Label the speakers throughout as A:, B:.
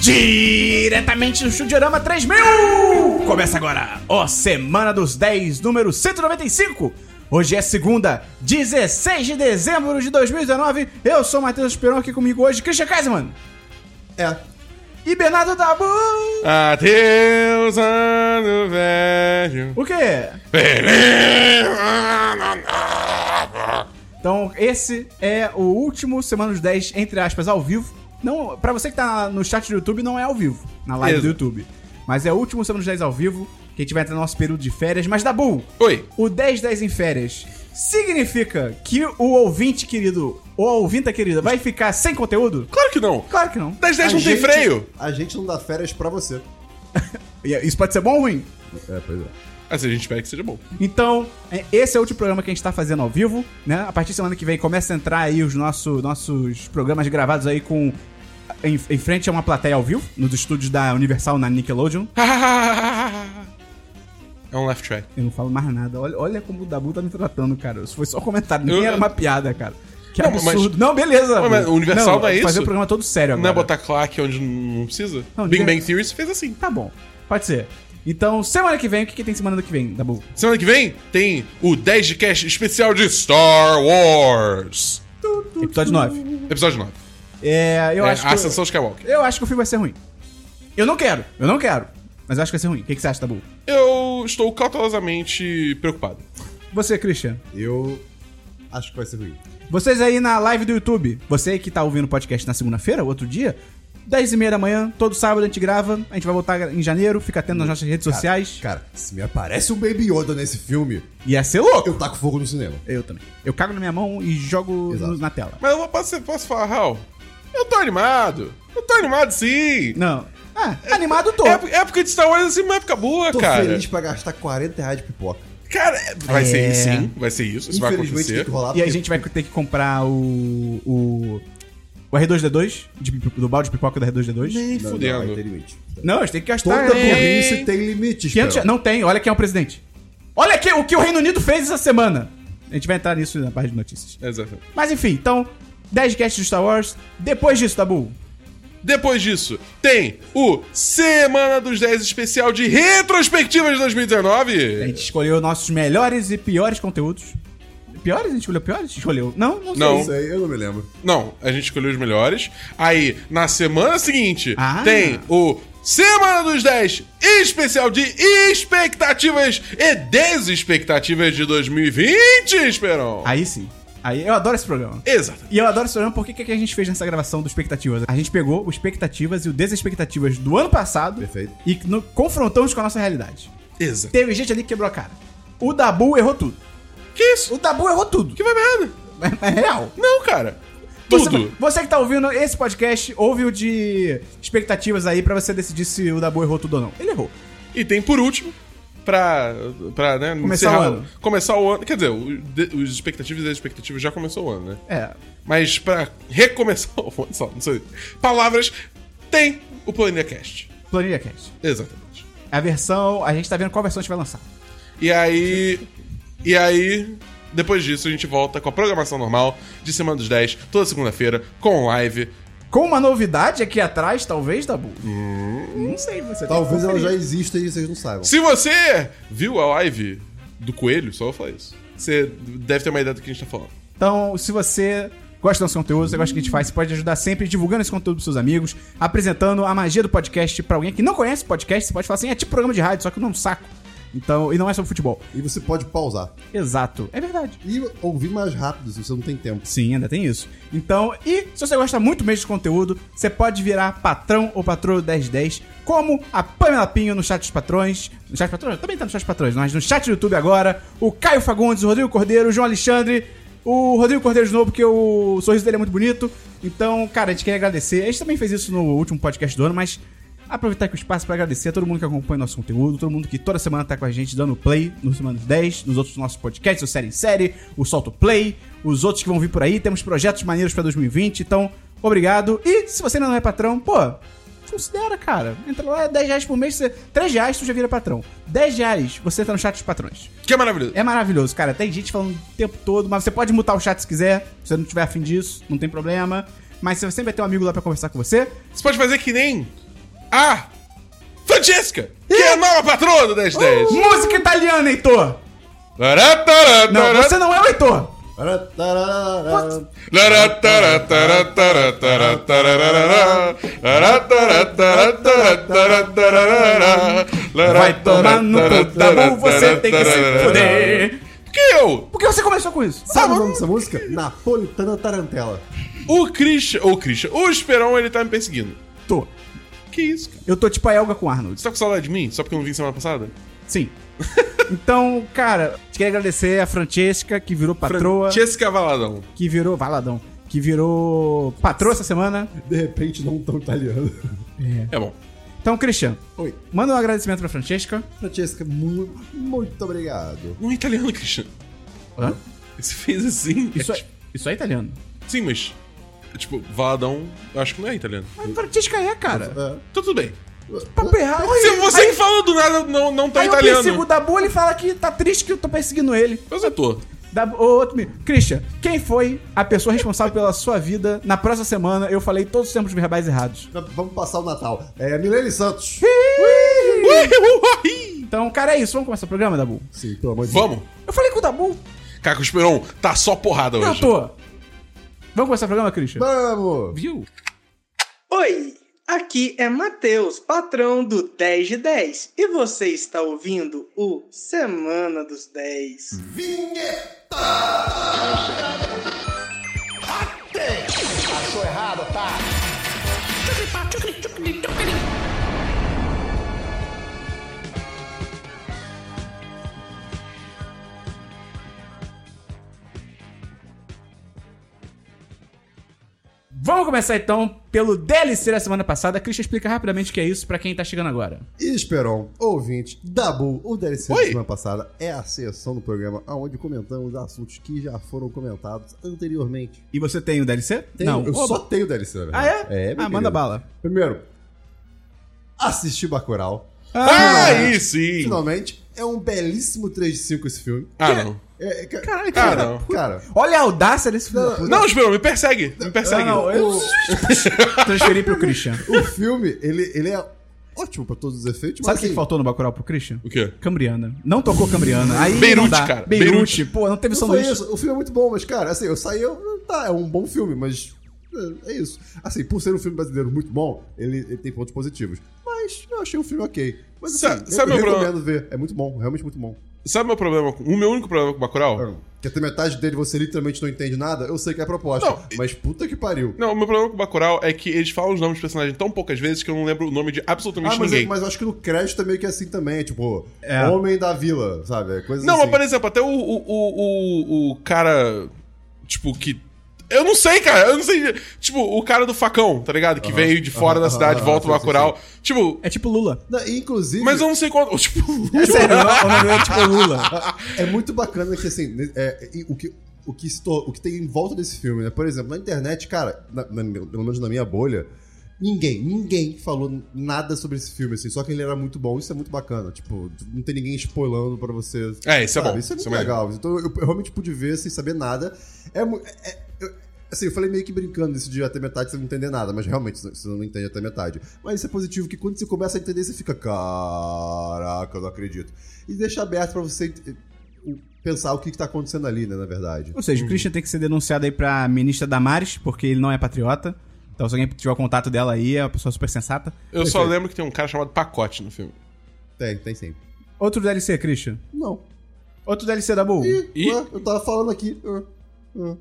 A: Diretamente do Studiorama 3000! Começa agora, ó, Semana dos 10, número 195. Hoje é segunda, 16 de dezembro de 2019. Eu sou o Matheus Esperon, aqui comigo hoje, Christian Kaiserman.
B: É.
A: E Bernardo Tabu!
C: Adeus, ano velho.
A: O quê? Então, esse é o último Semana dos 10, entre aspas, ao vivo. Não, pra você que tá na- no chat do YouTube, não é ao vivo, na live
C: Isso.
A: do YouTube. Mas é o último Semana dos 10 ao vivo, que a gente vai entrar no nosso período de férias. Mas, Dabu,
C: Oi.
A: o 10-10 em férias significa que o ouvinte querido ou a ouvinta querida vai ficar sem conteúdo?
C: Claro que não.
A: Claro que não.
C: 10 10 não
B: A
C: tem
B: gente-
C: freio.
B: A gente não dá férias pra você.
A: E Isso pode ser bom ou ruim?
B: É, pois é.
C: Assim, a gente espera que seja bom.
A: Então, é- esse é o último programa que a gente tá fazendo ao vivo, né? A partir de semana que vem começa a entrar aí os nosso, nossos programas gravados aí com. Em, em frente a uma plateia ao vivo, nos estúdios da Universal na Nickelodeon.
C: é um left track.
A: Eu não falo mais nada. Olha, olha como o Dabu tá me tratando, cara. Isso foi só comentário, nem
C: Eu-
A: era uma piada, cara. Que
C: Não, mas-
A: absurdo. Não, beleza.
C: Ué, mas o Universal não é
A: Fazer
C: isso?
A: o programa todo sério agora.
C: Não é botar claque onde não precisa?
A: Não,
C: Big
A: diga-
C: Bang Theory se fez assim.
A: Tá bom. Pode ser. Então, semana que vem, o que, que tem semana que vem, Dabu?
C: Semana que vem tem o 10 de cast especial de Star Wars.
A: Episódio 9.
C: Episódio 9.
A: É, eu
C: é,
A: acho que.
C: Ascensão Skywalker.
A: Eu acho que o filme vai ser ruim. Eu não quero, eu não quero. Mas eu acho que vai ser ruim. O que, que você acha, Tabu?
C: Eu estou cautelosamente preocupado.
A: Você, Christian.
B: Eu acho que vai ser ruim.
A: Vocês aí na live do YouTube. Você que tá ouvindo o podcast na segunda-feira, outro dia. 10 e meia da manhã, todo sábado a gente grava. A gente vai voltar em janeiro. Fica atento nas nossas redes sociais.
B: Cara, se me aparece um Baby Yoda nesse filme,
A: Ia ser louco.
B: eu taco fogo no cinema.
A: Eu também. Eu cago na minha mão e jogo
B: Exato.
A: no- na tela.
C: Mas eu vou- posso, posso falar, Raul? Eu tô animado. Eu tô animado sim.
A: Não. Ah, animado eu tô.
C: Época, época de Star Wars assim, uma época boa,
B: Tô
C: cara.
B: feliz pra gastar 40 reais de pipoca.
C: Cara, vai
A: É.
C: ser sim, vai ser isso, isso vai
B: Infelizmente tem
C: acontecer.
B: que rolar.
A: E aí a
B: porque-
A: gente vai ter que comprar o. o. o R2D2, de- do balde de pipoca da R2D2.
C: Nem
B: Não,
C: fudendo. Tá
B: Não, vai ter limite.
A: Não, a gente tem que gastar.
B: né, Toda
A: né?
B: burrice tem limite,
A: 500
B: Esperon.
A: Não tem, olha quem é o presidente. Olha que, o que o Reino Unido fez essa semana. A gente vai entrar nisso na parte de notícias.
C: Exato.
A: Mas enfim, então, 10 casts de Star Wars. Depois disso, Tabu.
C: Depois disso, tem o Semana dos 10 especial de retrospectiva de
A: A
C: 2019.
A: gente escolheu nossos melhores e piores conteúdos. Piores? A gente escolheu piores? Escolheu. Não, não sei.
C: Não.
B: Isso aí, eu não me lembro.
C: Não, a gente escolheu os melhores. Aí, na semana seguinte,
A: Ah.
C: tem o Semana dos 10 especial de expectativas e desexpectativas de 2020, Esperão.
A: Aí sim. Aí eu adoro esse programa.
C: Exato.
A: E eu adoro esse programa porque o que que a gente fez nessa gravação do Expectativas? A gente pegou o Expectativas e o Desexpectativas do ano passado
B: Perfeito.
A: e no- confrontamos com a nossa realidade.
C: Exato.
A: Teve gente ali que quebrou a cara. O Dabu errou tudo.
C: Que isso?
A: O Dabu errou tudo.
C: Que vai merda?
A: É real.
C: Não, cara.
A: Você-
C: Tudo.
A: Você, que tá ouvindo esse podcast, ouve o de expectativas aí pra você decidir se o Dabu errou tudo ou não. Ele errou.
C: E tem por último, pra, pra né,
A: Começar
C: encerrar-
A: o ano.
C: Começar o ano. Quer dizer, o de- os expectativos e as expectativas já começou o ano, né?
A: É.
C: Mas pra recomeçar o ano, só, não sei. Palavras, tem o Planilha Cast.
A: Planilha Cast.
C: Exatamente.
A: A versão. A gente tá vendo qual versão a gente vai lançar.
C: E aí. E aí. Depois disso, a gente volta com a programação normal de Semana dos 10, toda segunda-feira, com live.
A: Com uma novidade aqui atrás, talvez, Dabu. Não sei, você tem
B: Talvez
A: que
B: ela
A: conferir.
B: já exista e vocês não saibam.
C: Se você viu a live do Coelho, só vou falar isso. Você deve ter uma ideia do que a gente tá falando.
A: Então, se você gosta do nosso conteúdo, você gosta do que a gente faz, você pode ajudar sempre divulgando esse conteúdo pros seus amigos, apresentando a magia do podcast pra alguém que não conhece o podcast. Você pode falar assim, é tipo programa de rádio, só que não é um saco. Então, e não é sobre futebol.
B: E você pode pausar.
A: Exato. É verdade.
B: E ouvir mais rápido se você não tem tempo.
A: Sim, ainda tem isso. Então, e se você gosta muito mesmo de conteúdo, você pode virar patrão ou patroa do 1010, como a Pamela Pinho no chat dos patrões. No chat dos patrões? Também tá no chat dos patrões, mas no chat do YouTube agora, o Caio Fagundes, o Rodrigo Cordeiro, o João Alexandre, o Rodrigo Cordeiro de novo, porque o sorriso dele é muito bonito. Então, cara, a gente quer agradecer. A gente também fez isso no último podcast do ano, mas aproveitar aqui o espaço para agradecer a todo mundo que acompanha nosso conteúdo, todo mundo que toda semana tá com a gente dando play no Semana dos 10, nos outros nossos podcasts, o Série em Série, o Solto Play, os outros que vão vir por aí. Temos projetos maneiros para 2020, então obrigado. E se você ainda não é patrão, pô, considera, cara. Entra lá, 10 reais por mês, você, 3 reais tu já vira patrão. 10 reais, você tá no chat dos patrões.
C: Que é maravilhoso.
A: É maravilhoso, cara. Tem gente falando o tempo todo, mas você pode mutar o chat se quiser, se você não tiver afim disso, não tem problema. Mas você sempre vai ter um amigo lá pra conversar com você.
C: Você pode fazer que nem a Francesca, que é a nova patroa do 1010.
A: Música italiana, Heitor!
C: Taratará,
A: Não,
C: tará,
A: você não é o Heitor!
C: lará, tará, tará, tará, tará, tarararará, lará, tará, tará, tará, tará, tarararará, lará,
A: Vai
C: tará,
A: tomar no
C: tará,
A: cu da mão,
C: tará,
A: você
C: tará,
A: tem que se
C: tarararará.
A: fuder!
C: Que eu?
A: Por que você começou com isso?
B: Sabe o nome dessa música? Napolitana Tarantela.
C: O Christian, o Christian, o Esperão, ele tá me perseguindo.
A: Tô.
C: Que isso, cara?
A: Eu tô tipo a Elga com Arnold.
C: Você tá com saudade de mim? Só porque eu não vim semana passada?
A: Sim. Então, cara, queria agradecer a Francesca, que virou patroa,
C: Francesca Valadão.
A: que virou. Valadão. Que virou patroa essa semana.
B: De repente, não tão italiano.
C: É bom.
A: Então, Christian,
B: Oi.
A: manda um agradecimento pra Francesca.
B: Francesca, mu- muito obrigado.
C: Não é italiano, Christian.
A: Hã?
C: Você fez assim.
A: Isso
C: é
A: é, isso é italiano.
C: Sim, mas. Tipo, Valadão, eu acho que não é italiano.
A: Mas Francesca é, cara.
B: É.
C: Então tudo bem.
A: Papo errado.
C: Se você que
A: aí,
C: fala do nada, não, não tá
A: aí eu
C: italiano.
A: persigo o Dabu, ele fala que tá triste que eu tô perseguindo ele.
C: Mas eu tô.
A: Dabu, ô, outro me... Christian, quem foi a pessoa responsável pela sua vida na próxima semana? Eu falei todos os termos verbais errados.
B: é, Vamos passar o Natal. É Milene Santos.
A: Então, cara, é isso. Vamos começar o programa, Dabu?
B: Sim, pelo amor de Deus.
C: Vamos.
A: Eu falei com o Dabu.
C: Caco Esperon, tá só porrada
A: Eu
C: hoje.
A: tô. Vamos começar o programa, Christian?
B: Vamos!
A: Viu?
D: Oi, aqui é Matheus, patrão do 10 de 10, e você está ouvindo o Semana dos 10.
A: Vamos começar então pelo DLC da semana passada. Christian explica rapidamente o que é isso pra quem tá chegando agora.
B: Esperon, ouvinte, Dabu, o DLC da
C: Oi.
B: semana passada é a sessão do programa onde comentamos assuntos que já foram comentados anteriormente.
A: E você tem o DLC?
B: Tem-
A: Não,
B: eu
A: Oba.
B: só tenho DLC, na
A: Ah,
B: verdade.
A: é?
B: É, meu
A: ah, manda
B: querido.
A: bala.
B: Primeiro, assisti Bacurau.
C: Ah, aí sim.
B: Finalmente, é um belíssimo 3 de 5 esse filme.
C: Ah, não.
B: É, é, ca-
A: Caralho,
C: Ah,
A: cara.
C: não.
B: cara,
A: Olha a audácia desse filho da puta.
C: Não, Esperon, me persegue. Me persegue.
A: Ah, não, eu transferi pro Christian.
B: o filme, ele, ele é ótimo pra todos os efeitos,
A: Sabe o
B: mas
A: que que
B: assim,
A: faltou no Bacurau pro Christian?
C: O quê?
A: Cambriana. Não tocou Cambriana. Aí
C: Beirute,
A: não dá.
C: cara.
A: Beirute.
C: Beirute.
A: Pô, não teve
B: Não foi
A: sanduíche.
B: isso. O filme é muito bom, mas, cara, assim, eu saí, eu, tá, é um bom filme, mas é, é isso. Assim, por ser um filme brasileiro muito bom, ele, ele tem pontos positivos. Mas eu achei um filme ok. Mas assim,
C: Sa- sabe
B: eu
C: meu
B: recomendo
C: problema?
B: ver. É muito bom, realmente muito bom.
C: Sabe meu problema? com- O meu único problema com o Bacurau?
B: Porque até metade dele você literalmente não entende nada, eu sei que é a proposta.
C: Não,
B: mas puta que pariu.
C: Não, o meu problema com o Bacurau é que eles falam os nomes dos personagens tão poucas vezes que eu não lembro o nome de absolutamente
B: Ah, mas,
C: ninguém.
B: eu- mas eu acho que no crédito é meio que assim também, é tipo,
A: É.
B: Homem da Vila, sabe? É Coisa
C: Não,
B: assim.
C: mas por exemplo, até o, o, o, o- o cara. Tipo, que. Eu não sei, cara. Eu não sei. Tipo, o cara do facão, tá ligado? Que veio de fora da
B: aham,
C: cidade,
B: aham,
C: volta pro
B: sim, sim,
C: Bacurau. Tipo.
A: É tipo Lula.
B: Não, Inclusive.
C: Mas eu não sei qual. Tipo.
A: É sério, o nome é tipo Lula.
B: É muito bacana que, assim, né, é, e o, que, o, que se tor- o que tem em volta desse filme, né? Por exemplo, na internet, cara, na- na- pelo menos na minha bolha, ninguém, ninguém falou nada sobre esse filme, assim. Só que ele era muito bom, isso é muito bacana. Tipo, não tem ninguém spoilando pra você.
C: É, isso é
B: sabe?
C: bom.
B: Isso é muito
C: maneiro.
B: legal. Então eu, eu realmente pude ver sem saber nada. É, mu- é- eu- assim, eu falei meio que brincando isso de até metade você não entender nada, mas realmente você não entende até metade. Mas isso é positivo, que quando você começa a entender, você fica. Caraca, eu não acredito. E deixa aberto pra você eh, o- pensar o que, que tá acontecendo ali, né, na verdade.
A: Ou seja, o Christian tem que ser denunciado aí pra ministra Damares, porque ele não é patriota. Então, se alguém tiver o contato dela aí, é uma pessoa super sensata.
C: Eu só lembro que tem um cara chamado Pacote no filme.
B: Tem, tem sempre.
A: Outro DLC, Christian.
B: Não.
A: Outro DLC da Bull.
B: Ih,
C: Ih.
B: ué, eu tava falando aqui. ué, ué.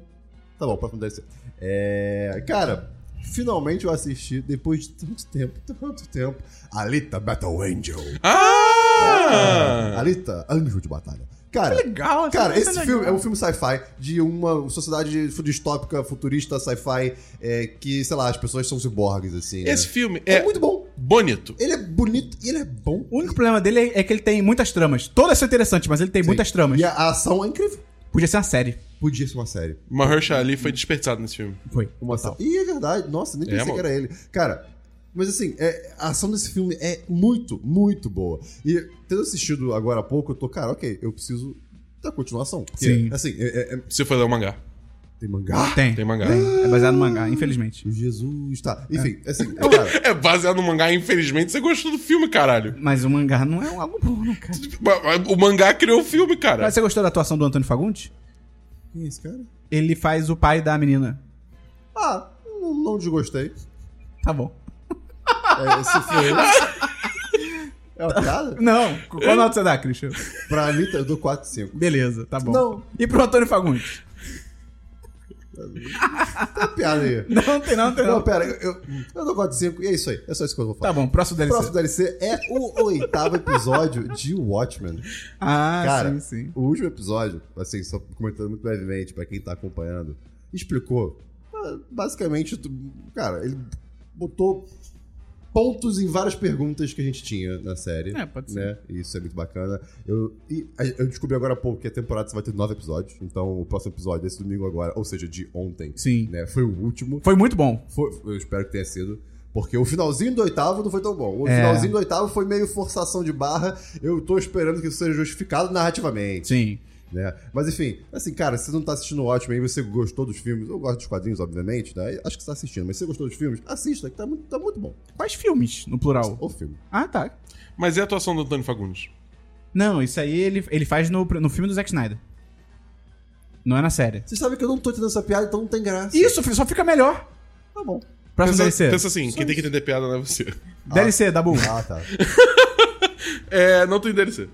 B: Tá bom, próximo DLC. É, cara, finalmente eu assisti, depois de tanto tempo, tanto tempo, Alita Battle Angel.
C: Ah!
B: Alita, Anjo de Batalha. Cara,
A: Legal, tá
B: cara esse filme é um filme sci-fi de uma sociedade distópica, futurista, sci-fi, é, que, sei lá, as pessoas são ciborgues, assim. né?
C: Esse filme
B: é,
C: é
B: muito bom.
C: bonito.
B: Ele é bonito e ele é bom.
A: O único problema dele é- é que ele tem muitas tramas. Todas são interessantes, mas ele tem muitas tramas.
B: E a, a ação é incrível.
A: Podia ser uma série.
B: Podia ser uma série.
C: Mahershala Ali foi desperdiçado nesse filme.
A: Foi.
B: Uma ação. E é verdade. Nossa, nem
C: É,
B: pensei
C: mano.
B: que era ele. Cara, mas assim, é, a ação desse filme é muito, muito boa. E tendo assistido agora há pouco, eu tô, cara, ok, eu preciso da continuação. Porque,
A: Sim.
B: assim, é- é- é-
C: Se for ler o mangá.
B: Tem mangá?
A: Tem.
C: Tem mangá.
A: É baseado no mangá, infelizmente.
B: Jesus, tá. Enfim, assim, é claro.
C: É baseado no mangá, infelizmente. Você gostou do filme, caralho.
A: Mas o mangá não é algo bom, né, cara?
C: O mangá criou o filme, cara.
A: Mas você gostou da atuação do Antônio Fagundes?
B: Quem é esse cara?
A: Ele faz o pai da menina.
B: Ah, não, não desgostei.
A: Tá bom.
B: É, se for ele. É o cara?
A: Não, qual nota você dá, Christian?
B: Pra Anitta, eu dou 4, 5.
A: Beleza, tá bom.
B: Não.
A: E pro Antônio Fagundes?
B: Tá piada aí.
A: Não, não tem não, não tem
B: Não,
A: não.
B: pera, eu, eu, eu dou 4 de 5 e é isso aí. É só isso que eu vou falar.
A: Tá bom, próximo
B: O
A: DLC.
B: próximo DLC é o oitavo episódio de Watchmen.
A: Ah,
B: Cara,
A: sim, sim.
B: o último episódio, assim, só comentando muito brevemente pra quem tá acompanhando, explicou. ah, Basicamente, tu- cara, ele botou pontos em várias perguntas que a gente tinha na série.
A: É, pode ser.
B: né? Isso é muito bacana. Eu, e a- eu descobri agora há pouco que a temporada só vai ter nove episódios. Então, o próximo episódio desse domingo agora, ou seja, de ontem,
A: Sim.
B: né, foi o último.
A: Foi muito bom.
B: Foi- eu espero que tenha sido. Porque o finalzinho do oitavo não foi tão bom. O
A: É.
B: finalzinho do oitavo foi meio forçação de barra. Eu tô esperando que isso seja justificado narrativamente.
A: Sim.
B: Né? Mas enfim, assim, cara, se você não tá assistindo ótimo aí, você gostou dos filmes, eu gosto dos quadrinhos, obviamente, né? Acho que você tá assistindo, mas se você gostou dos filmes, assista, que tá muito, tá muito bom.
A: Quais filmes, no plural?
B: O filme.
A: Ah, tá.
C: Mas e a atuação do Antônio Fagundes?
A: Não, isso aí ele, ele faz no, no filme do Zack Snyder. Não é na série.
B: Vocês sabem que eu não tô te dando essa piada, então não tem graça.
A: Isso, fi- só fica melhor.
B: Tá bom.
A: Próximo
C: Pensa,
A: DLC.
C: pensa assim, quem tem que entender piada não é você.
A: DLC, Dabu. Olha
B: Ah, tá.
C: É, não tem DLC.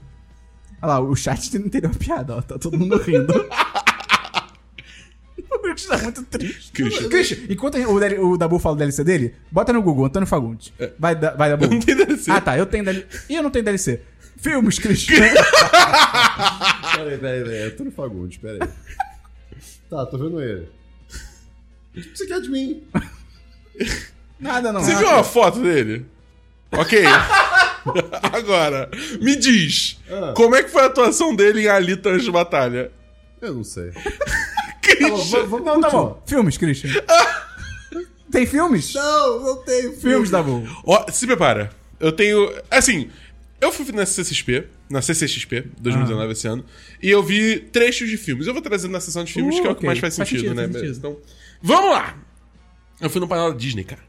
A: lá, o chat não entendeu a piada, ó. Tá todo mundo rindo. O Christian tá muito triste.
C: Christian.
A: Christian, enquanto o, DL o Dabu fala o DLC dele, bota no Google, Antônio Fagundes. Vai, da- vai Dabu.
C: Não tem DLC.
A: Ah, tá, eu tenho DLC. E eu não tenho DLC. Filmes, Christian.
B: peraí, peraí, peraí. É Antônio Fagundes, peraí. Tá, tô vendo ele. O que você quer de mim?
A: Nada, não.
C: Você viu uma foto dele? Ok. Agora, me diz,
B: Ah.
C: como é que foi a atuação dele em Alita Anjo de Batalha?
B: Eu não sei.
C: Christian,
B: vamos
A: Não, tá bom. Filmes, Christian. Tem filmes?
B: Não, não tenho
A: Filmes, Dabu.
C: ó, se prepara. Eu tenho. Assim, eu fui na CCXP, na CCXP
A: Ah.
C: 2019 esse ano, e eu vi trechos de filmes. Eu vou trazendo na sessão de filmes,
A: Uh,
C: que é o que
A: ok.
C: mais faz
A: Faz
C: sentido,
A: sentido,
C: né?
A: faz sentido.
C: Então, vamos lá! Eu fui no painel da Disney, cara.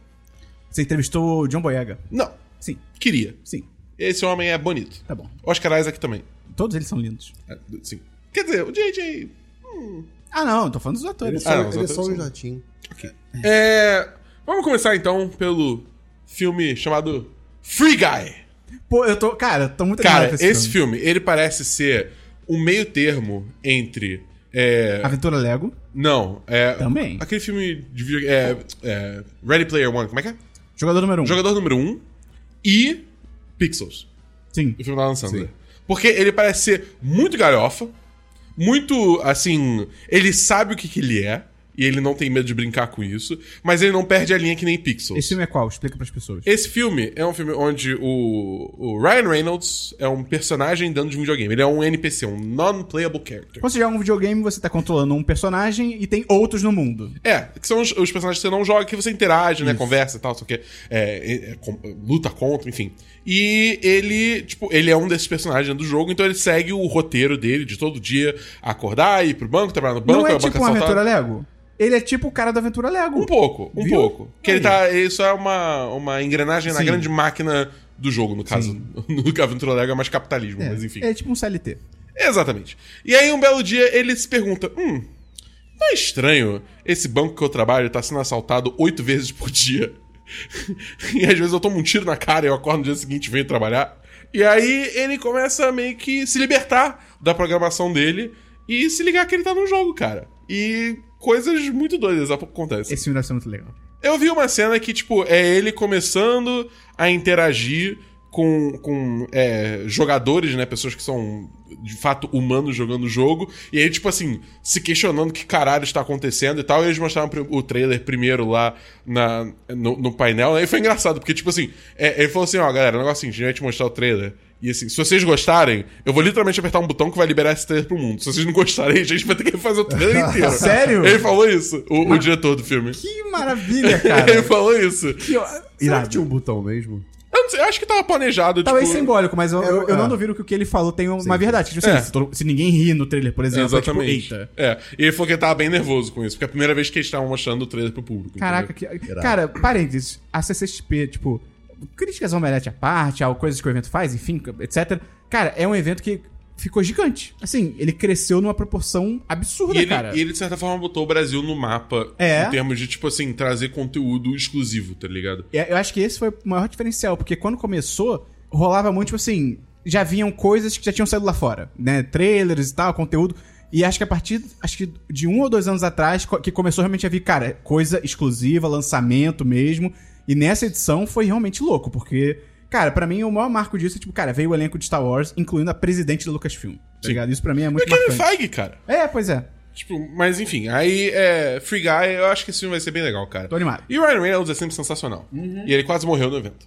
A: Você entrevistou o John Boyega.
C: Não,
A: Sim,
C: queria.
A: sim.
C: Esse homem é bonito.
A: Tá bom.
C: Oscar Isaac também.
A: Todos eles são lindos.
C: É, Sim. Quer dizer, o JJ
A: Ah, não, tô falando dos
B: Ele é
A: atores.
B: só,
C: Ah, não, os
B: ele é só
C: outros
B: um
C: são.
B: jatinho.
C: É, vamos começar então pelo filme chamado Free Guy.
A: Pô, eu tô. Cara, eu tô muito
C: Cara,
A: animado com
C: esse filme. ele parece ser um meio termo entre. é,
A: Aventura Lego.
C: não, é.
A: Também.
C: Aquele filme de video- é, é, Ready Player One, como é que é?
A: Jogador número 1. Um.
C: Jogador número 1 um, e Pixels.
A: Sim.
C: do filme da Adam Sandler.
B: Sim.
C: Porque ele parece ser muito galhofa, muito, assim, ele sabe o que, que ele é, e ele não tem medo de brincar com isso, mas ele não perde a linha que nem Pixels.
A: Esse
C: Esse,
A: filme é qual? Explica pras pessoas.
C: filme é um filme onde o, o Ryan Reynolds é um personagem dentro de um videogame. Ele é um NPC, um non-playable character.
A: Quando você joga um videogame, você tá controlando um personagem e tem outros no mundo.
C: É, que são os, os personagens que você não joga, que você interage, né? Conversa e tal, só que é, é, é, com- luta contra, enfim. E ele, tipo, ele é um desses personagens do jogo, então ele segue o roteiro dele de todo dia acordar, ir pro banco, trabalhar no banco,
A: não
C: a
A: é
C: banca
A: tipo uma
C: assaltada.
A: Aventura Lego? Ele é tipo o cara da Aventura Lego.
C: Um pouco, um
A: Viu?
C: pouco. Que ele
A: Aí.
C: tá. Isso é uma, uma engrenagem na
A: Sim.
C: grande máquina do jogo, no caso. No Aventura Lego é mais capitalismo,
A: É,
C: mas enfim.
A: Ele é tipo um CLT.
C: Exatamente. E aí, um belo dia, ele se pergunta: Hum, não é estranho esse banco que eu trabalho tá sendo assaltado oito vezes por dia? e às vezes eu tomo um tiro na cara e eu acordo no dia seguinte e venho trabalhar. E aí ele começa a meio que se libertar da programação dele e se ligar que ele tá no jogo, cara. E coisas muito doidas acontecem.
A: Esse filme deve ser muito legal.
C: Eu vi uma cena que, tipo, é ele começando a interagir com, com é, jogadores, né? Pessoas que são, de fato, humanos jogando o jogo. E aí, tipo assim, se questionando que caralho está acontecendo e tal. E eles mostraram pri- o trailer primeiro lá na, no, no painel. Aí foi engraçado, porque, tipo assim, é, ele falou assim, ó, galera, o negócio é o seguinte, a gente vai te mostrar o trailer. E assim, se vocês gostarem, eu vou literalmente apertar um botão que vai liberar esse trailer pro mundo. Se vocês não gostarem, a gente vai ter que fazer o trailer inteiro.
A: Sério?
C: Ele falou isso, o, o diretor do filme.
A: Que maravilha, cara.
C: Ele falou isso.
A: que ó-
B: Será que
A: Irado.
B: tinha um botão mesmo?
C: Eu não sei, sei, acho que tava planejado,
A: Talvez
C: tipo...
A: simbólico, mas eu, eu- eu não
B: é.
A: duvido que o que ele falou tem uma verdade. Tipo,
C: É.
A: assim, se, todo- se ninguém ri no trailer, por exemplo, é tipo,
C: Exatamente.
A: eita.
C: É. E ele falou que ele tava bem nervoso com isso, porque é a primeira vez que eles estavam mostrando o trailer pro público.
A: Caraca,
C: entendeu?
A: que, cara, parênteses, a CCXP, tipo, críticas ao Omelete à parte, ao coisas que o evento faz, enfim, etc. Cara, é um evento que ficou gigante. Assim, ele cresceu numa proporção absurda,
C: E ele,
A: cara.
C: e ele, de certa forma, botou o Brasil no mapa
A: É.
C: em termos de, tipo assim, trazer conteúdo exclusivo, tá ligado?
A: E É, Eu acho que esse foi o maior diferencial, porque quando começou, rolava muito, tipo assim, já vinham coisas que já tinham saído lá fora, né? Trailers e tal, conteúdo. E acho que a partir, acho que de um ou dois anos atrás, co- que começou realmente a vir, cara, coisa exclusiva, lançamento mesmo. E nessa edição foi realmente louco, porque, cara, pra mim o maior marco disso é, tipo, cara, veio o elenco de Star Wars, incluindo a presidente da Lucasfilm. Tá
C: Sim.
A: ligado? Isso pra mim é
C: E o
A: muito
C: Kevin
A: marcante.
C: Feige, cara.
A: É, pois é.
C: Tipo, mas enfim, aí é. Free Guy, eu acho que esse filme vai ser bem legal, cara.
A: Tô Uhum. animado.
C: E o Ryan Reynolds é sempre sensacional. E ele quase morreu no evento.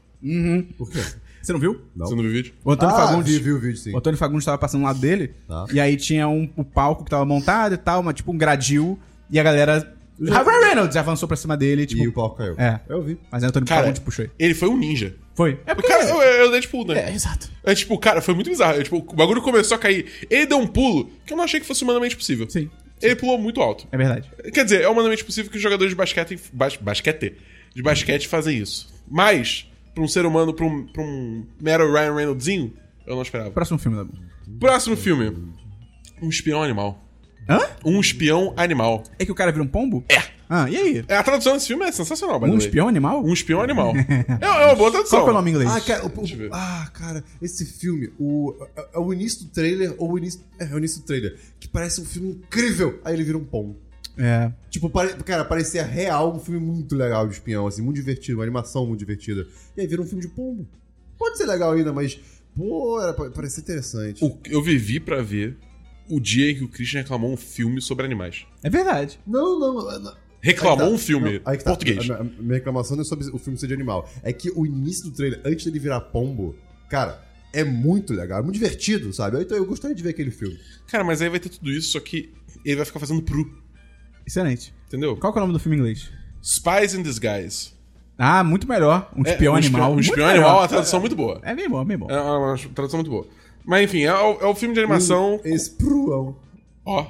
B: Por quê?
A: Você não viu?
B: Não.
C: Você não viu o vídeo?
A: O Antônio
B: Ah,
A: Fagundes
B: vi, vi o vídeo, sim.
A: O Antônio Fagundes tava passando do lado dele.
B: Tá.
A: E aí tinha um, o palco que tava montado e tal, uma, tipo um gradil. E a galera. Ah, Ryan Reynolds avançou pra cima dele, tipo.
B: E o pau caiu.
A: É.
B: Eu vi.
A: Mas aí o Antônio
C: Cara,
A: Fagundes puxou ele.
C: Ele foi um ninja.
A: Foi. É
C: Cara, eu, eu, eu dei tipo, né?
A: É, exato.
C: É tipo, cara, foi muito bizarro. É, tipo, o bagulho começou a cair. Ele deu um pulo que eu não achei que fosse humanamente possível.
A: Sim.
C: Ele pulou muito alto.
A: É verdade.
C: Quer dizer, é humanamente possível que os jogadores de basquete. bas- basquete? De basquete fazem isso. Mas, pra um ser humano, pra um, pra um mero Ryan Reynoldsinho, eu não esperava.
A: Próximo filme, né? Dabu.
C: Próximo filme: Um espião animal.
A: Hã?
C: Um espião animal.
A: É que o cara vira um pombo? É. Ah, e aí?
C: É, A tradução desse filme é sensacional, by the
A: Um
C: way.
A: espião animal?
C: Um espião animal. é, é uma boa tradução.
A: Qual que é o nome em inglês?
B: Ah, cara, o- o-
C: Deixa eu ver.
B: ah, cara, esse filme, o, é, é o início do trailer, ou o início. É, é o início do trailer, que parece um filme incrível. Aí ele vira um pão.
A: É.
B: Tipo, pare- cara, parecia real um filme muito legal de espião, assim, muito divertido, uma animação muito divertida. E aí vira um filme de pombo. Pode ser legal ainda, mas, pô, era, pa- parecia interessante.
C: O- eu vivi pra ver o dia em que o Christian reclamou um filme sobre animais.
A: É verdade.
B: Não, não, não.
C: Reclamou
B: Aí que
C: um filme
B: Não, aí que tá.
C: português.
B: A- a- a minha reclamação não é sobre o filme ser de animal. É que o início do trailer, antes dele virar pombo, cara, é muito legal, é muito divertido, sabe? Então eu gostaria de ver aquele filme.
C: Cara, mas aí vai ter tudo isso, só que ele vai ficar fazendo pro.
A: Excelente.
C: Entendeu?
A: Qual que é o nome do filme em inglês?
C: Spies in Disguise.
A: Ah, muito melhor. Um
C: É,
A: espião
C: um
A: animal.
C: Um
A: Muito
C: espião
A: melhor.
C: animal é uma tradução muito boa.
A: É bem bom, bem bom.
C: É uma tradução muito boa. Mas enfim, é o, é o filme de animação.
B: Esse pruão.
C: Ó.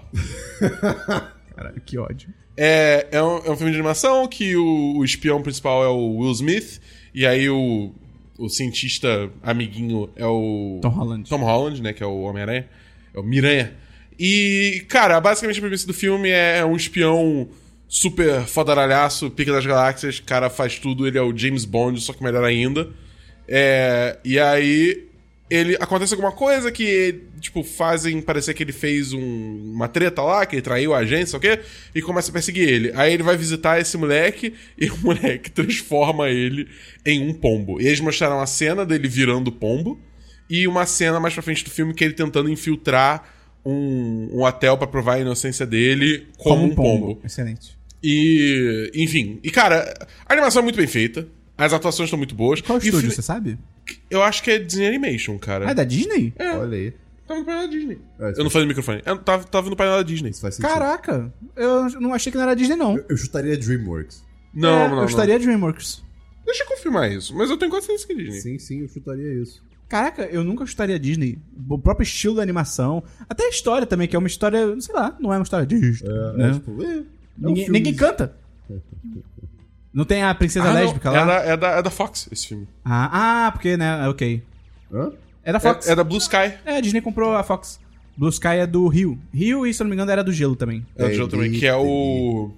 A: Caralho, que ódio.
C: É, é, um, é um filme de animação que o, o espião principal é o Will Smith, e aí o, o cientista amiguinho é o.
A: Tom Holland.
C: Tom Holland, né? Que é o Homem-Aranha. É o Miranha. E, cara, basicamente a premissa do filme é um espião super fodaralhaço, pica das galáxias, cara faz tudo, ele é o James Bond, só que melhor ainda. É, e aí ele acontece alguma coisa que, tipo, fazem parecer que ele fez um- uma treta lá, que ele traiu a agência, sei o quê, e começa a perseguir ele. Aí ele vai visitar esse moleque e o moleque transforma ele em um pombo. E eles mostraram a cena dele virando pombo e uma cena mais pra frente do filme que é ele tentando infiltrar um, um hotel pra provar a inocência dele como, um pombo.
A: Excelente.
C: E, enfim. E, cara, a animação é muito bem feita. As atuações estão muito boas.
A: Qual
C: e o
A: estúdio,
C: filme-
A: você sabe?
C: Eu acho que é Disney Animation, cara.
A: Ah, é da Disney?
C: É.
B: Olha aí.
C: Tava no painel da Disney.
B: É, isso
C: eu não falei no microfone. tá, Eu tava, tava no painel da Disney.
B: Isso faz sentido.
A: Caraca, eu não achei que não era Disney, não.
B: Eu chutaria DreamWorks.
C: Não,
A: É,
C: não,
A: Eu
C: não.
A: estaria DreamWorks.
C: Deixa eu confirmar isso. Mas eu tenho quase certeza que é Disney.
B: Sim, sim, eu chutaria isso.
A: Caraca, eu nunca chutaria Disney. O próprio estilo da animação. Até a história também, que é uma história, sei lá, não é uma história Disney. né?
B: É, tipo, é, é um
A: ninguém,
B: filme
A: ninguém
B: de-
A: canta. Não tem a princesa
C: Ah, não.
A: lésbica lá?
C: É, da, é, da, é da Fox, esse filme.
A: Ah, ah, porque, né? Ok.
B: Hã?
A: É da Fox.
C: É, é da Blue Sky.
A: É, a Disney comprou a Fox. Blue Sky é do Rio. Rio, e se eu não me engano, era do gelo também.
C: É do
B: Entendi,
C: diretor também, que é o...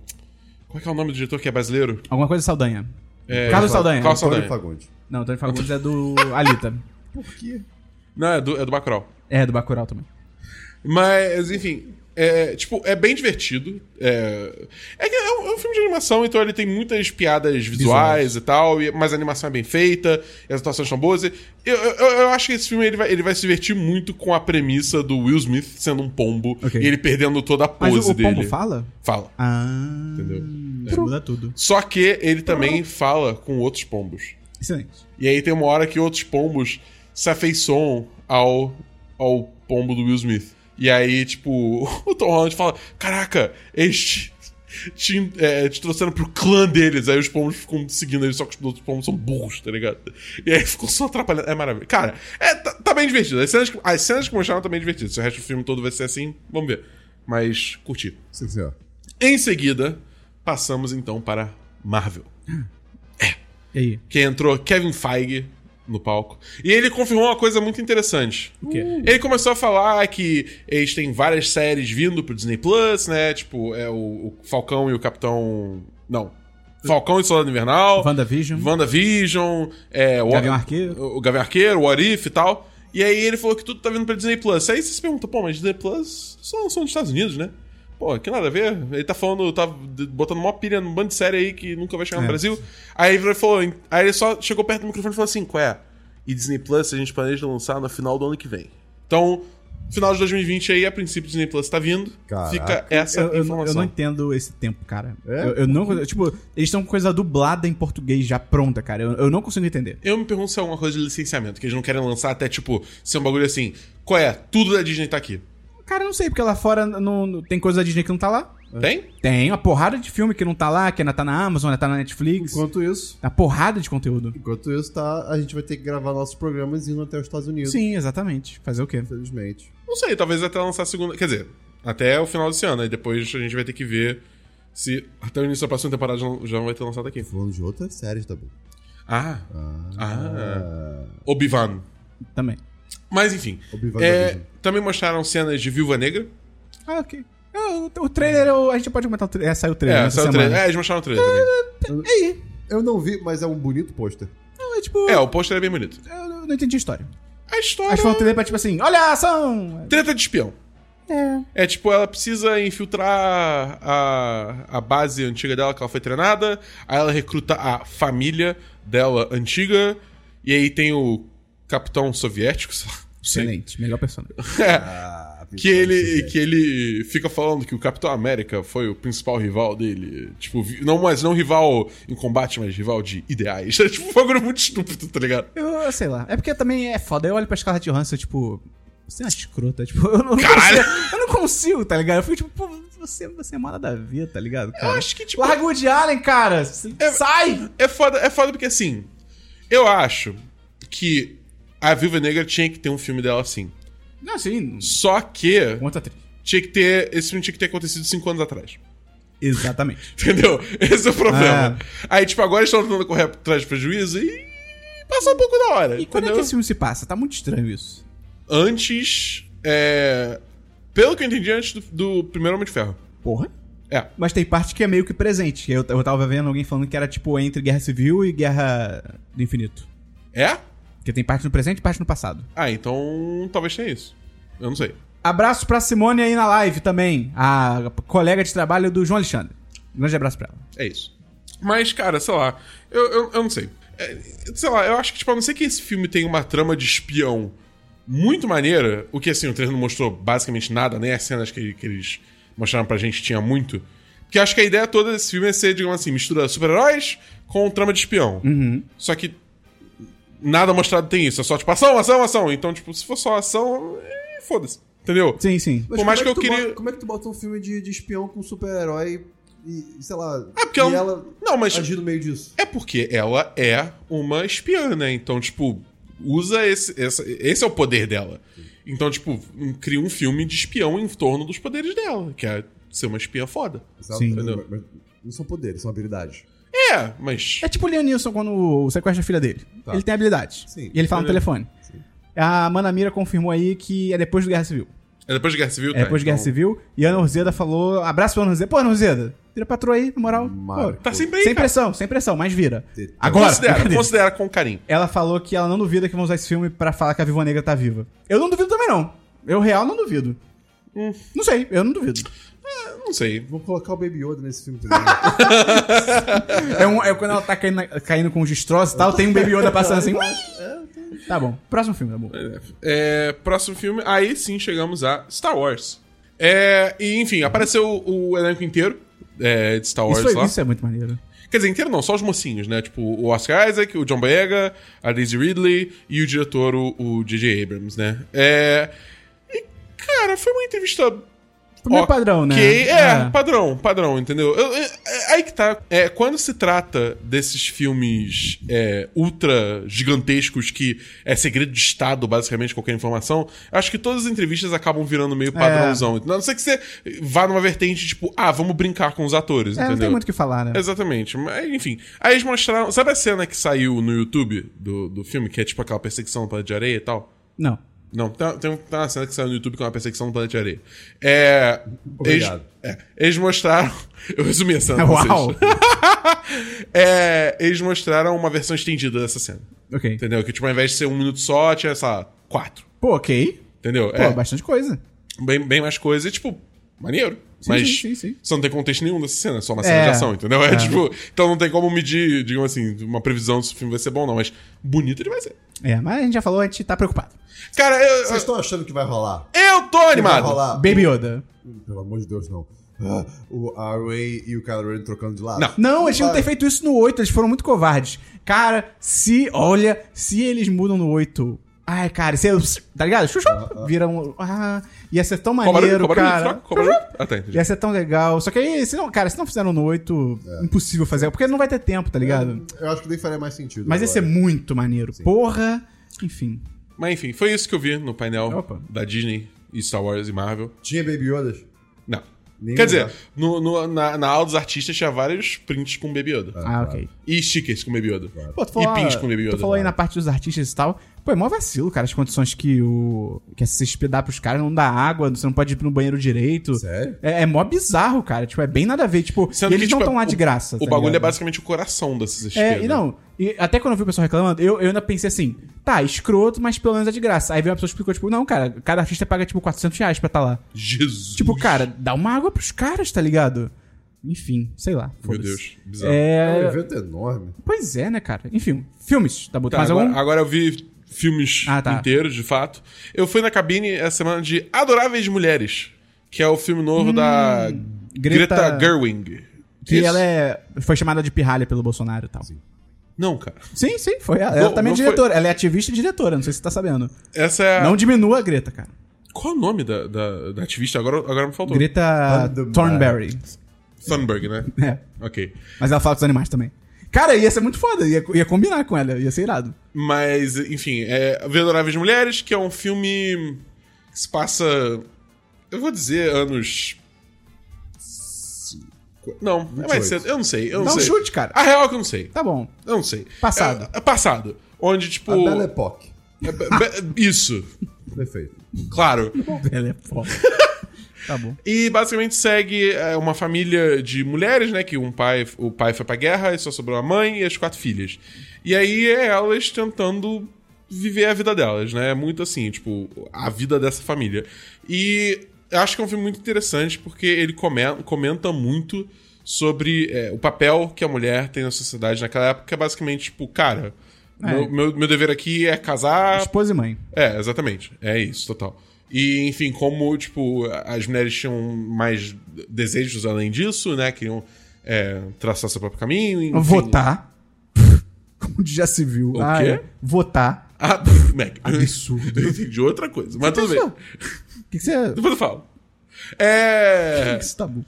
C: Qual é que é o nome do diretor que é brasileiro?
A: Alguma coisa Saldanha.
C: É...
A: Carlos Saldanha.
C: Carlos
B: Antônio
C: Saldanha.
B: Fagundes.
A: Não, Antônio Fagundes é do Alita.
B: Por quê?
C: Não, é do, é do Bacurau.
A: É, do Bacurau também.
C: Mas, enfim. É, tipo, é bem divertido. É, é que é um, é um filme de animação, então ele tem muitas piadas visuais e tal, e- mas a animação é bem feita, e as atuações são boas. e Eu, eu, eu acho que esse filme ele vai, ele vai se divertir muito com a premissa do Will Smith sendo um pombo
A: Ok.
C: e ele perdendo toda a
A: Mas
C: pose
A: o, o
C: dele.
A: Pombo fala?
C: Fala.
A: Ah.
C: Entendeu?
A: Isso muda tudo.
C: Só que ele
A: Então,
C: também fala com outros pombos.
A: Excelente.
C: E aí tem uma hora que outros pombos se afeiçoam ao, ao pombo do Will Smith. E aí, tipo, o Tom Holland fala: Caraca, eles, te, é, te trouxeram pro clã deles. Aí os pomos ficam seguindo eles, só que os outros pomos são burros, tá ligado? E aí ficou só atrapalhando. É maravilhoso. Cara, é, tá, tá bem divertido. As cenas, que, as cenas que mostraram também divertidas. Se o resto do filme todo vai ser assim, vamos ver. Mas curti.
B: Sim, senhor.
C: Em seguida, passamos então para Marvel.
A: E aí?
C: que entrou Kevin Feige no palco. E ele confirmou uma coisa muito interessante.
A: O quê?
C: Ele começou a falar que eles têm várias séries vindo pro Disney Plus, né? Tipo, é o, o Falcão e o Capitão. Não. Falcão e Soldado Invernal.
A: WandaVision.
C: WandaVision. É, o
A: Gavião Arqueiro.
C: O Gavião Arqueiro, o Arif e tal. E aí ele falou que tudo tá vindo pra Disney Plus. Aí você se pergunta, pô, mas Disney Plus só são dos Estados Unidos, né? Pô, que nada a ver. Ele tá falando, tá d- botando uma pilha num bando de série aí que nunca vai chegar no
A: É.
C: Brasil. Aí ele falou, aí ele só chegou perto do microfone e falou assim, qual é? E Disney Plus a gente planeja lançar no final do ano que vem. Então, final de 2020 aí, a princípio Disney Plus tá vindo.
B: Caraca.
C: Fica essa
A: Eu, eu- eu
C: informação.
A: não entendo esse tempo, cara.
B: É?
A: Eu, eu não. Tipo, eles estão com coisa dublada em português já pronta, cara. Eu, eu não consigo entender.
C: Eu me pergunto se é alguma coisa de licenciamento, que eles não querem lançar até, tipo, ser um bagulho assim, qual é? Tudo da Disney tá aqui.
A: Cara, eu não sei, porque lá fora não, não- tem coisa da Disney que não tá lá.
C: Tem?
A: Tem uma porrada de filme que não tá lá, que ainda tá na Amazon, ainda tá na Netflix.
B: Enquanto isso,
A: Uma porrada de conteúdo.
B: enquanto isso, tá, a gente vai ter que gravar nossos programas indo até os Estados Unidos.
A: Sim, exatamente. Fazer o quê?
B: Infelizmente.
C: Não sei, talvez até lançar a segunda. Quer dizer, até o final desse ano. Aí depois a gente vai ter que ver se até o início da próxima temporada já não, já não vai ter lançado aqui.
B: Falando de outras séries também.
C: Ah,
B: Ah.
C: Obi-Wan.
A: Também.
C: Mas enfim.
B: Obi-Wan
C: É,
B: Vision.
C: também mostraram cenas de Viúva Negra.
A: Ah, ok. Ah, o, o trailer, eu- a gente pode comentar o trailer. É, saiu o trailer.
C: É,
A: nessa
C: saiu o
A: semana.
C: trailer. É, eles mostraram o trailer também.
A: É aí.
B: Eu não vi, mas é um bonito pôster.
A: Não, é tipo.
C: É, o pôster é bem bonito.
A: Eu não entendi a história.
C: A história. é
A: Acho que foi um trailer pra tipo assim: olha a ação!
C: Treta de espião. É. tipo, ela precisa infiltrar a, a base antiga dela, que ela foi treinada. Aí ela recruta a família dela antiga. E aí tem o capitão soviético, sei lá. não sei.
A: Excelente, melhor personagem.
B: Ah,
C: Que ele, que ele fica falando que o Capitão América foi o principal rival dele. Tipo, vi- não, mas não rival em combate, mas rival de ideais. É tipo um bagulho muito estúpido, tá ligado?
A: Eu sei lá. É porque também é foda. Eu olho pra Scarlett Johansson, tipo. Você é uma escrota, tipo, eu não,
C: Caralho!
A: consigo, eu não consigo, tá ligado? Eu fico tipo, pô, você, você é mala da vida, tá ligado, cara?
C: acho que, tipo,
A: Larga o Woody Allen, cara! Se-
C: É-
A: Sai!
C: É foda, é foda porque assim. Eu acho que a Viúva Negra tinha que ter um filme dela assim.
A: Não, assim,
C: Só que
A: conta atriz.
C: tinha que ter. Esse filme tinha que ter acontecido cinco anos atrás.
A: Exatamente.
C: Entendeu? Esse é o problema. Aí, tipo, agora eles estão tentando correr atrás de prejuízo e. Passou um pouco da hora.
A: E quando é que
C: entendeu?
A: esse filme se passa? Tá muito estranho isso.
C: antes. É, pelo que eu entendi, antes do, do primeiro Homem de Ferro.
A: Porra.
C: É.
A: Mas tem parte que é meio que presente. Eu, eu tava vendo alguém falando que era, tipo, entre Guerra Civil e Guerra do Infinito.
C: É?
A: Porque tem parte no presente e parte no passado.
C: Ah, então talvez tenha isso. Eu não sei.
A: Abraço pra Simone aí na live também, a colega de trabalho do João Alexandre. Um grande abraço pra ela.
C: É isso. Mas, cara, sei lá. Eu, eu, eu não sei. É, sei lá, eu acho que, tipo, a não ser que esse filme tenha uma trama de espião muito maneira, o que, assim, o trailer não mostrou basicamente nada, nem as cenas que, que eles mostraram pra gente tinha muito. Porque acho que a ideia toda desse filme é ser, digamos assim, mistura super-heróis com trama de espião. Só que nada mostrado tem isso. É só, tipo, ação, ação, ação. Então, tipo, se for só ação, é, foda-se. Entendeu?
A: Sim, sim.
B: Mas
C: Por mais
B: como é
C: que
B: tu
C: eu queria-
B: bota- como é que tu bota um filme de, de espião com super-herói e, sei lá.
C: É porque
B: e
C: ela-
B: ela
C: Não, mas.
B: agir no meio disso?
C: É porque ela é uma espiã, né? Então, tipo, usa esse. essa- esse é o poder dela. Então, tipo, um- cria um filme de espião em torno dos poderes dela, que é ser uma espiã foda.
A: Sim.
B: Mas-
C: Entendeu?
B: mas não são poderes, são habilidades.
C: É, mas.
A: É tipo o Leonilson quando sequestra a filha dele.
B: Tá.
A: Ele tem habilidade.
B: Sim.
A: E ele fala no telefone.
B: Sim.
A: A Manamira confirmou aí que é depois do Guerra Civil.
C: É depois de Guerra Civil,
A: É depois de Guerra
C: então-
A: Civil. E Ana Urzeda falou. Abraço pra Ana Urzeda. Pô, Ana Urzeda, vira patroa aí, na moral.
B: Maravilha.
A: Pô,
C: Tá sempre aí,
A: sem
C: cara.
A: pressão, sem pressão, mas vira.
B: Te-
A: é assim. Agora!
C: Considera,
A: brincadeira.
C: considera com carinho.
A: Ela falou que ela não duvida que vão usar esse filme pra falar que a Viva Negra tá viva. Eu não duvido também, não. Eu, real, não duvido. Não sei, eu não duvido.
C: Eu Não sei.
B: Vamos colocar o Baby Yoda nesse filme também.
A: É, um- é quando ela tá caindo, na- caindo com os destroços e tal, tem um Baby Yoda passando assim. Tá bom. Próximo filme, tá bom.
C: É, próximo filme, aí sim chegamos a Star Wars. É, e enfim, apareceu o, o elenco inteiro é, de Star Wars
A: Isso,
C: lá.
A: é- isso é muito maneiro.
C: Quer dizer, inteiro não, só os mocinhos, né? Tipo, o Oscar Isaac, o John Boyega, a Daisy Ridley e o diretor, o o J.J. Abrams, né? É... E, cara, foi uma entrevista
A: Primeiro
C: Ok,
A: padrão, né?
C: é, padrão, padrão, entendeu? Eu- eu- é- aí que tá. É, quando se trata desses filmes é, ultra gigantescos que é segredo de Estado, basicamente, qualquer informação, acho que todas as entrevistas acabam virando
A: É.
C: meio padrãozão. A não ser que você vá numa vertente, tipo, ah, vamos brincar com os atores,
A: É, não tem
C: entendeu?
A: muito o que falar, né?
C: Exatamente. Mas, enfim. Aí eles mostraram. Sabe a cena que saiu no YouTube do, do filme, que é tipo aquela perseguição para de areia e tal?
A: Não.
C: Não, tem, tem uma cena que saiu no YouTube que é uma perseguição no planeta de areia. É.
B: Obrigado.
C: Eles, é, eles mostraram. Eu resumi a cena pra
A: Uau!
C: vocês. É, eles mostraram uma versão estendida dessa cena.
A: ok.
C: Entendeu? Que, tipo, ao invés de ser um minuto só, tinha, sei lá, quatro.
A: Pô, ok.
C: Entendeu?
A: Pô,
C: é,
A: bastante coisa.
C: bem, bem mais coisa. E, tipo, maneiro.
A: Sim,
C: mas
A: sim, sim, sim.
C: você não tem contexto nenhum dessa cena, é só uma cena
A: É.
C: de ação, entendeu? É, tipo, então não tem como medir, digamos assim, uma previsão se o filme vai ser bom ou não, mas bonito ele vai ser.
A: É, mas a gente já falou, a gente tá preocupado.
C: Cara, eu,
B: Vocês estão achando que vai rolar?
C: eu, eu tô
B: Vai
C: animado.
B: rolar?
A: Baby Yoda.
B: Pelo amor de Deus, não. Ah, o Array e o Kylo Ren trocando de lado?
C: Não.
A: Não, eles tinham que ter
B: Vai.
A: feito isso no 8, eles foram muito covardes. Cara, se, olha, se eles mudam no 8. Ai, cara, se eles, tá ligado? Chuchu, viram. Ah, ia ser tão
C: Qual barulho?
A: maneiro,
C: Qual barulho?
A: cara. Uhum. é-
C: Qual barulho? Ah, tá, entendi.
A: Ia ser tão legal. Só que aí, se não, cara, se não fizeram no 8,
C: É.
A: impossível fazer. Porque não vai ter tempo, tá ligado?
B: Eu acho que nem faria mais sentido.
A: Mas é ia ser
B: agora.
A: muito maneiro. Porra. Enfim.
C: Mas enfim, foi isso que eu vi no painel
A: Opa.
C: da Disney e Star Wars e Marvel.
B: Tinha Baby Yodas?
C: Não.
B: Nem
C: Quer
B: lembro.
A: é.
C: dizer, no, no- na, na aula dos artistas tinha vários prints com Baby Yoda.
A: Ah, ok.
C: E stickers com Baby Yoda.
A: Pô, tu
C: tá. E
A: falou,
C: pins com Baby Yoda.
A: tu falou aí na parte dos artistas e tal. Pô, é mó vacilo, cara, as condições que o. que é se hospedar pros caras, não dá água, você não pode ir no banheiro direito.
B: Sério?
A: É, é mó bizarro, cara. Tipo, é bem nada a ver. Tipo,
C: Sendo
A: e eles
C: que,
A: não
C: tipo,
A: estão lá
C: o-
A: de graça.
C: O
A: tá
C: bagulho é
A: ligado?
C: basicamente o coração dessas
A: É,
C: stickers.
A: e não, e até quando eu vi o pessoal reclamando, eu, eu ainda pensei assim, tá, escroto, mas pelo menos é de graça. Aí veio uma pessoa e explicou, tipo, não, cara, cada artista paga, tipo, 400 reais pra estar lá.
C: Jesus.
A: Tipo, cara, dá uma água pros caras, tá ligado? Enfim, sei lá.
C: Meu
A: foda-se.
C: Deus. Bizarro.
B: É
A: É...
B: um evento enorme.
A: Pois é, né, cara? Enfim, filmes, tá botando
C: Tá,
A: mais
C: agora,
A: algum?
C: agora eu vi filmes
A: Ah, tá.
C: inteiros, de fato. Eu fui na cabine essa semana de Adoráveis Mulheres, que é o filme novo da Greta,
A: Hum, Greta
C: Gerwig.
A: Que
C: Isso?
A: ela é... foi chamada de pirralha pelo Bolsonaro e tal. Sim,
C: Não, cara.
A: sim, foi ela. Ela
C: Não,
A: também é
C: não foi-
A: diretora, ela é ativista e diretora, não sei se você tá sabendo.
C: Essa é a-
A: Não diminua a Greta, cara.
C: Qual é o nome da, da, da ativista? Agora, agora me faltou.
A: Greta
B: Thunberg.
A: Thornberry.
C: Thunberg, né?
A: É.
C: Ok.
A: Mas ela fala com os animais também. Cara, ia ser muito foda, ia, ia combinar com ela, ia ser irado.
C: Mas, enfim, é Vê Adoráveis Mulheres, que é um filme que se passa. Eu vou dizer anos. Não, é mais
B: 28.
C: cedo. Eu não sei. Eu não
A: Dá um
C: sei.
A: chute, cara.
C: A real é que eu não sei.
A: Tá bom.
C: Eu não sei.
A: Passado.
C: É, é passado. Onde, tipo.
B: A Belle Époque.
C: é be- be- isso,
B: Perfeito.
C: claro.
A: Ela é foda. tá bom.
C: E basicamente segue é, uma família de mulheres, né? Que um pai, o pai foi pra guerra e só sobrou a mãe e as quatro filhas. E aí é elas tentando viver a vida delas, né? É muito assim, tipo, a vida dessa família. E eu acho que é um filme muito interessante porque ele come- comenta muito sobre é, o papel que a mulher tem na sociedade naquela época, que é basicamente, tipo, cara, meu, meu, meu dever aqui é casar,
A: Esposa e mãe.
C: é, exatamente. É isso, total. E, enfim, como, tipo, as mulheres tinham mais desejos além disso, né? Queriam é, traçar seu próprio caminho. Enfim.
A: Votar. Como já se viu.
C: O
A: Ah,
C: quê?
A: é. Votar.
C: Ah, pff, Mac.
A: Absurdo.
C: Eu entendi outra coisa, mas tudo
A: pensou?
C: bem.
A: O que, que você.
C: Depois eu falo. É...
A: Isso tá bom.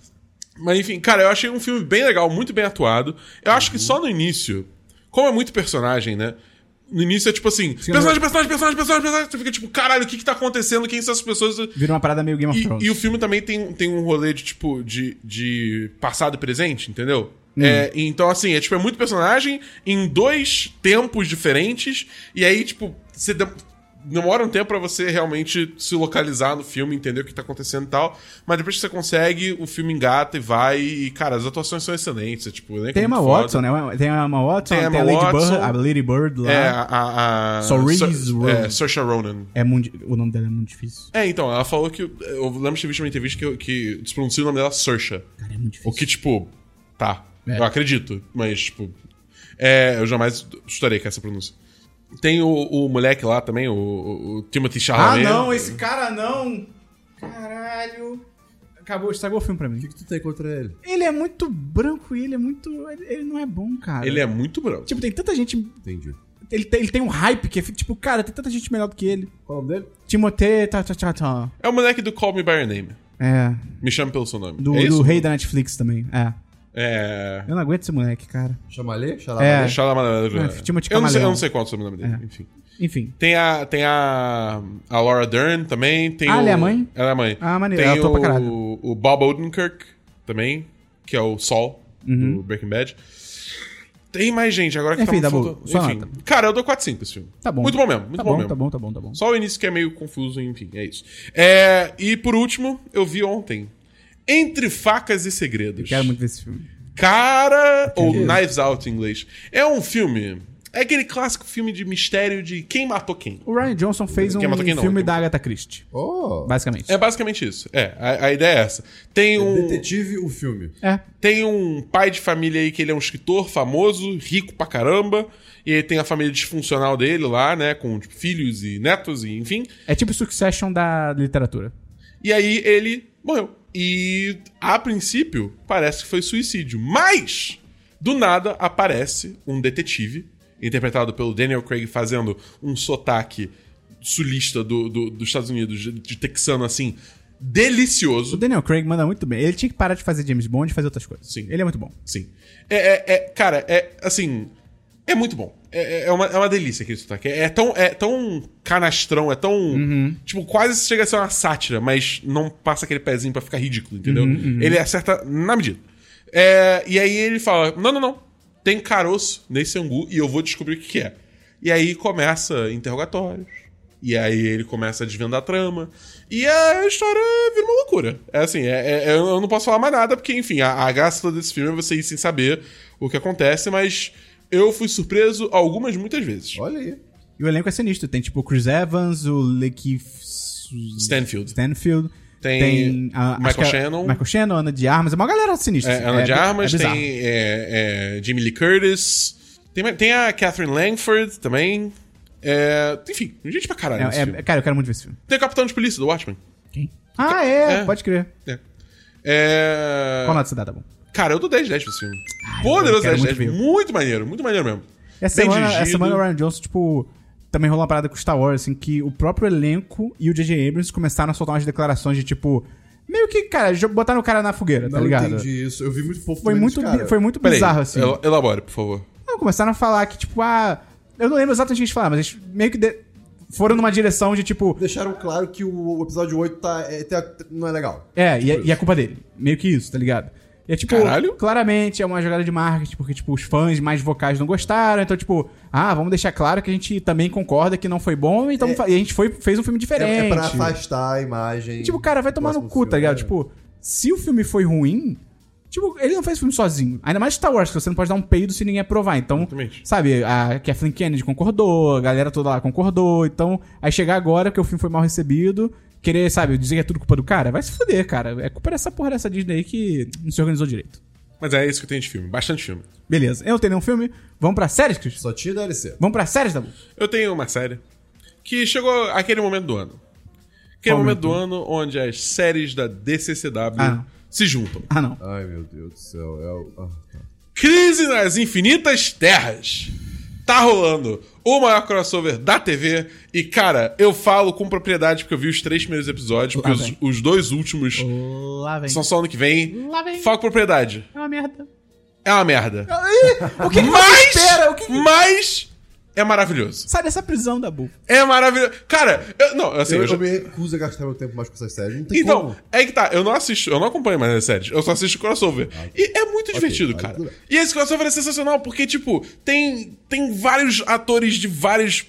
C: Mas enfim, cara, eu achei um filme bem legal, muito bem atuado. Eu acho
A: Uhum.
C: que só no início, como é muito personagem, né? No início é tipo assim: personagem, personagem, personagem, personagem, personagem. Você fica tipo, caralho, o que que tá acontecendo? Quem são essas pessoas?
A: Vira uma parada meio Game of Thrones.
C: E, e o filme também tem, tem um rolê de, tipo, de, de passado e presente, entendeu?
A: Hum.
C: É, então, assim, é, tipo, é muito personagem em dois tempos diferentes, e aí, tipo, você dem- demora um tempo pra você realmente se localizar no filme, entender o que tá acontecendo e tal, mas depois que você consegue, o filme engata e vai, e, cara, as atuações são excelentes, é, tipo, o elenco
A: Tem
C: é
A: uma
C: muito foda.
A: Watson, né? Tem a Emma Watson, tem,
C: Tem a
A: a
C: Emma
A: Lady
C: Watson.
A: Bird, a Lady Bird lá.
C: É, a... a, a
A: Saoirse
C: Sa-
A: Ronan.
C: É, Saoirse Ronan.
A: É muito, o nome dela é muito difícil.
C: É, então, ela falou que... Eu lembro de ter visto uma entrevista que, eu- que despronuncia o nome dela Saoirse.
A: Cara, é muito difícil.
C: O que, tipo, tá.
A: É.
C: Eu acredito, mas, tipo. É, eu jamais estourei com essa pronúncia. Tem o, o moleque lá também, o, o, o
A: Ah,
C: Timothy Chalamet.
A: não, esse cara não! Caralho. Acabou, estragou o filme pra mim.
B: O que, que tu tem contra ele?
A: Ele é muito branco e ele é muito. Ele ele não é bom, cara.
C: Ele é muito branco.
A: Tipo, tem tanta gente.
B: Entendi.
A: Ele tem, ele tem um hype que é tipo, cara, tem tanta gente melhor do que ele.
B: Qual é o nome dele?
A: Timothée, tá, tá, tá, tá.
C: É o moleque do Call Me By Your Name.
A: É.
C: Me chame pelo seu nome.
A: Do,
C: é
A: do
C: isso?
A: rei da Netflix também. É.
C: É.
A: Eu não aguento esse moleque, cara.
B: Chamalê?
A: É.
C: Chalamet-
A: É, Timothée
C: eu, não sei,
A: Camaleão.
C: eu não sei qual é o sobrenome dele, enfim.
A: Enfim.
C: Tem a. Tem a. A Laura Dern também. Tem
A: Ah,
C: o,
A: ela é a mãe?
C: Ela é a mãe.
A: Ah, maneiro.
C: Tem
A: Ela atua pra caralho.
C: o, o Bob Odenkirk também, que é o Sol do Breaking Bad. Tem mais gente, agora que
A: Uhum. Enfim,
C: tá
A: Dabu,
C: faltando-
A: sua
C: Enfim.
A: nota.
C: Cara, eu dou 4,5 pra esse filme.
A: Tá bom.
C: Muito bom mesmo, muito
A: Tá
C: bom,
A: bom,
C: mesmo.
A: tá bom, tá bom, tá bom.
C: Só o início que é meio confuso, enfim, é isso. É, e por último, eu vi ontem. Entre facas e segredos.
A: Eu quero muito ver esse filme.
C: Cara, ou Knives Out em inglês. É um filme. É aquele clássico filme de mistério de quem matou quem.
A: O Ryan Johnson fez um
C: Quem matou quem não,
A: filme
C: quem
A: da Agatha Christie,
B: Oh.
A: basicamente.
C: É basicamente isso. É, a, a ideia é essa. Tem um,
B: Detetive, o filme.
A: É.
C: tem um pai de família aí que ele é um escritor famoso, rico pra caramba. E aí tem a família disfuncional dele lá, né? Com tipo, filhos e netos e enfim.
A: É tipo Succession da literatura.
C: E aí ele morreu. E a princípio parece que foi suicídio, mas do nada aparece um detetive, interpretado pelo Daniel Craig, fazendo um sotaque sulista do, do- dos Estados Unidos, de, de texano assim,
A: O
C: delicioso.
A: Daniel Craig manda muito bem. Ele tinha que parar de fazer James Bond e fazer outras coisas.
C: Sim.
A: Ele é muito bom.
C: Sim. É, é- é- cara, é assim. É muito bom. É, é- é uma, é uma delícia aquele sotaque. É, é tão, é tão canastrão, é tão. Tipo, quase chega a ser uma sátira, mas não passa aquele pezinho pra ficar ridículo, entendeu? Ele acerta na medida. É, e aí ele fala: não, não, não. Tem caroço nesse angu e eu vou descobrir o que, que é. E aí começa interrogatórios. E aí ele começa a desvendar a trama. E é a história vira uma loucura. É assim, é- é- eu eu não posso falar mais nada, porque, enfim, a, a graça toda desse filme é você ir sem saber o que acontece, mas eu fui surpreso algumas, muitas vezes.
B: Olha aí.
A: E o elenco é sinistro. Tem tipo o Chris Evans, o Lakeith
C: Stanfield.
A: Stanfield.
C: Tem
A: a- acho
C: Michael
A: que é-
C: Shannon.
A: Michael Shannon, Ana de Armas. É uma galera sinistra.
C: É, Ana de
A: bi-
C: Armas,
A: é bizarro.
C: tem é, é, Jamie Lee Curtis, tem, mais- tem a Catherine Langford também. É, enfim, gente pra caralho. nesse
A: É- é-
C: filme.
A: cara, eu quero muito ver esse filme.
C: Tem o Capitão de Polícia do Watchmen.
A: Quem? Ah, é,
C: É.
A: Pode crer.
C: É. É...
A: Qual nota você dá, tá bom?
C: Cara, eu dou 10 10 pra esse filme.
A: Ah, eu
C: Poderoso
A: quero
C: 10 10.
A: muito
C: Muito,
A: ver.
C: maneiro, muito maneiro mesmo.
A: Essa
C: Bem
A: semana, essa
C: dirigido.
A: semana o Ryan Johnson, tipo, também rolou uma parada com Star Wars, assim, que o próprio elenco e o J.J. Abrams começaram a soltar umas declarações de, tipo, meio que, cara, jo- botaram o cara na fogueira, tá
B: não
A: ligado?
B: entendi isso. Eu vi muito pouco
A: Foi
B: também
A: muito,
B: desse
A: bi-
B: cara.
A: foi muito
C: Peraí,
A: bizarro, assim.
C: el- elabore, por favor.
A: Não, começaram a falar que, tipo, ah. Eu não lembro exatamente o que eles falaram, mas eles meio que de- foram numa direção de, tipo,
B: Deixaram claro que o episódio 8 tá, é, tem a- não é legal.
A: É, e, é- e é culpa dele. Meio que isso, tá ligado? E é tipo,
C: Caralho.
A: claramente é uma jogada de marketing, porque, tipo, os fãs mais vocais não gostaram, então, tipo, ah, vamos deixar claro que a gente também concorda que não foi bom, então fa- e a gente foi, fez um filme diferente.
B: É, é pra afastar a imagem.
A: E, tipo, cara, vai tomar no
B: Próximo
A: cu, tá
B: filme,
A: ligado?
B: é.
A: Tipo, se o filme foi ruim, tipo, ele não fez o filme sozinho. Ainda mais Star Wars, que você não pode dar um peido se ninguém aprovar. Então,
C: Exatamente.
A: sabe, a Kathleen Kennedy concordou, a galera toda lá concordou. Então, aí chegar agora que o filme foi mal recebido, querer, sabe, dizer que é tudo culpa do cara, vai se fuder, cara. É culpa dessa porra dessa Disney aí que não se organizou direito.
C: Mas é isso que eu tenho de filme, bastante filme.
A: Beleza, eu não tenho nenhum filme. Vamos pra séries, Cris?
B: Só tinha DLC.
A: Vamos pra séries, Dabu?
C: Eu tenho uma série que chegou aquele momento do ano. Aquele
A: Qual
C: momento do ano onde as séries da DCCW
A: Ah, não.
C: se juntam.
A: Ah, não.
B: Ai, meu Deus do céu. É o... ah, tá.
C: Crise nas Infinitas Terras. Tá rolando o maior crossover da TV. E, cara, eu falo com propriedade porque eu vi os três primeiros episódios, porque
A: Lá
C: os,
A: vem.
C: os dois
A: Oh.
C: últimos
A: Lá vem.
C: são só ano que vem.
A: Lá vem.
C: Falo com propriedade.
A: É uma merda.
C: É uma merda.
A: O que, que você
C: Mas,
A: espera? O que...
C: mas é maravilhoso.
A: Sai dessa prisão, Dabu.
C: É maravilhoso. Cara, eu, não, assim,
B: Eu,
C: eu já-
B: eu me recuso a gastar meu tempo mais com essas séries. Não tem
C: Então,
B: como.
C: é que tá, eu não assisto, eu não acompanho mais as séries, eu só assisto crossover.
A: Ah,
C: E é muito divertido,
B: ah,
C: cara.
B: tudo bem.
C: E esse crossover é sensacional, porque, tipo, tem, tem vários atores de várias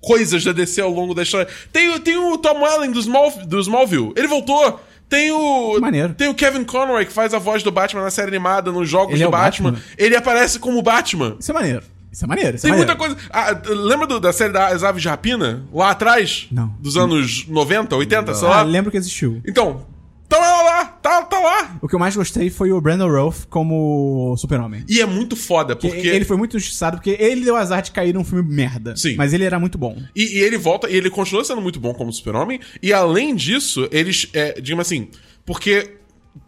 C: coisas da DC ao longo da história. Tem, o- tem o Tom Allen do, Small, do Smallville, ele voltou. Tem o.
A: Maneiro.
C: Tem o Kevin Conroy, que faz a voz do Batman na série animada, nos jogos
A: Ele
C: do
A: é o
C: Batman.
A: Batman?
C: Ele aparece como Batman.
A: Isso é maneiro. Isso é maneiro. Isso é
C: Tem
A: maneiro.
C: muita coisa. Ah, lembra do- da série das Aves de Rapina? Lá atrás?
A: Não.
C: Dos anos 90, 80, sei
A: Ah,
C: lá?
A: lembro que existiu.
C: Então, tá lá, lá, tá, tá lá.
A: O que eu mais gostei foi o Brandon Rolfe como super-homem.
C: E é muito foda,
A: Que
C: porque...
A: Ele foi muito injustiçado, porque ele deu azar de cair num filme merda.
C: Sim.
A: Mas ele era muito bom.
C: E, e ele volta, e ele continua sendo muito bom como super-homem, e além disso, eles, é, digamos assim, porque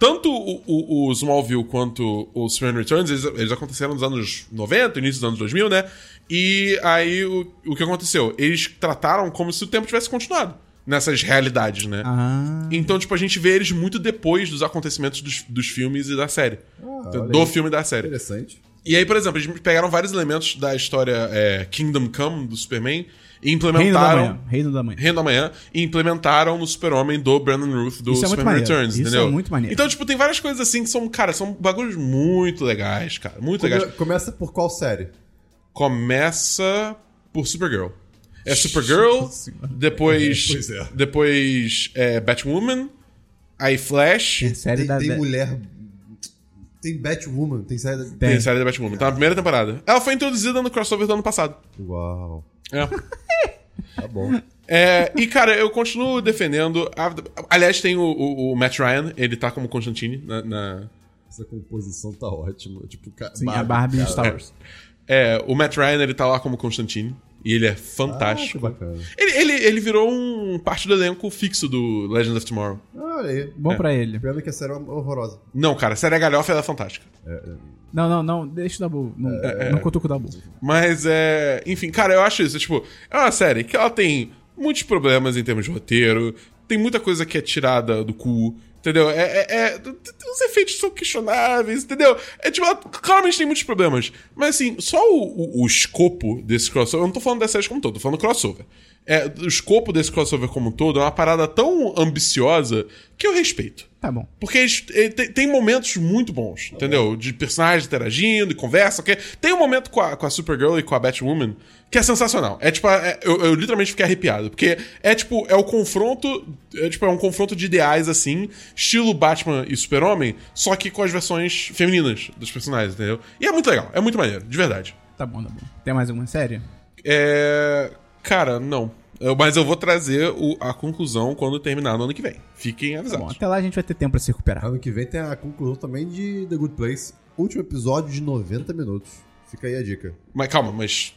C: tanto o, o, o Smallville quanto o Superman Returns, eles, eles aconteceram nos anos 90, início dos anos 2000, né? E aí, o, o que aconteceu? Eles trataram como se o tempo tivesse continuado. nessas realidades, né?
A: Ah.
C: Então, tipo, a gente vê eles muito depois dos acontecimentos dos, dos filmes e da série.
A: Ah,
B: olha
C: do
B: aí.
C: filme e da série.
B: Interessante.
C: E aí, por exemplo, eles pegaram vários elementos da história é, Kingdom Come do Superman e
A: Reino da
C: implementaram.
A: Manhã. Reino da Manhã.
C: Reino da Manhã e implementaram no Super-Homem do Brandon Ruth do
A: Isso é muito
C: Superman
A: maneiro.
C: Returns,
A: Isso
C: entendeu?
A: é muito maneiro.
C: Então, tipo, tem várias coisas assim que são, cara, são bagulhos muito legais, cara. Muito
B: Come-
C: legais.
B: começa por qual série?
C: Começa por Supergirl. É Supergirl, depois.
B: Pois é.
C: Depois é Batwoman, aí Flash.
A: Série
B: tem
A: da.
B: tem
A: da-
B: mulher. Tem Batwoman, tem série da.
C: Tem a série da Batwoman. Tá na primeira temporada. Ela foi introduzida no crossover do ano passado.
B: Uau.
C: É.
B: Tá bom.
C: É, e, cara, eu continuo defendendo. a- aliás, tem o, o- o Matt Ryan, ele tá como Constantine na. na-
B: Essa composição tá ótima. Tipo, ca- Ah,
A: Sim, a Barbie de Star Wars.
C: é, o Matt Ryan, ele tá lá como Constantine. E ele é fantástico.
B: Ah, que bacana.
C: ele, ele, ele virou um parte do elenco fixo do Legend of Tomorrow.
B: Olha aí.
A: Bom pra ele.
B: O problema é que a série é horrorosa.
C: Não, cara, a série Galhofa ela é fantástica.
A: Não, não, não. Deixa o Dabu. Não,
C: É,
A: não cutuca o Dabu.
C: Mas é. Enfim, cara, eu acho isso. Tipo, é uma série que ela tem muitos problemas em termos de roteiro, tem muita coisa que é tirada do cu. Entendeu? É, é- é- t- t- os efeitos são questionáveis, entendeu? É tipo, ela claramente tem muitos problemas. Mas assim, só o, o- o escopo desse crossover. Eu não tô falando da série como um todo, tô falando do crossover. É, o escopo desse crossover como um todo é uma parada tão ambiciosa que eu respeito.
A: Tá bom.
C: Porque eles- eh, tem, tem momentos muito bons, entendeu? De personagens interagindo e conversa. ok? Tem um momento com a, com a Supergirl e com a Batwoman que é sensacional. É tipo, é- eu, eu literalmente fiquei arrepiado. Porque é tipo, é o confronto. É tipo, é um confronto de ideais assim, estilo Batman e Super-Homem, só que com as versões femininas dos personagens, entendeu? E é muito legal, é muito maneiro, de verdade.
A: Tá bom, Dabu. Tem mais alguma série?
C: É. Cara, não. Eu- mas eu vou trazer o- a conclusão quando terminar no ano que vem. Fiquem
A: Tá bom.
C: avisados.
A: Até lá a gente vai ter tempo pra se recuperar.
B: Ano que vem tem a conclusão também de The Good Place. Último episódio de 90 minutos. Fica aí a dica.
C: mas calma, mas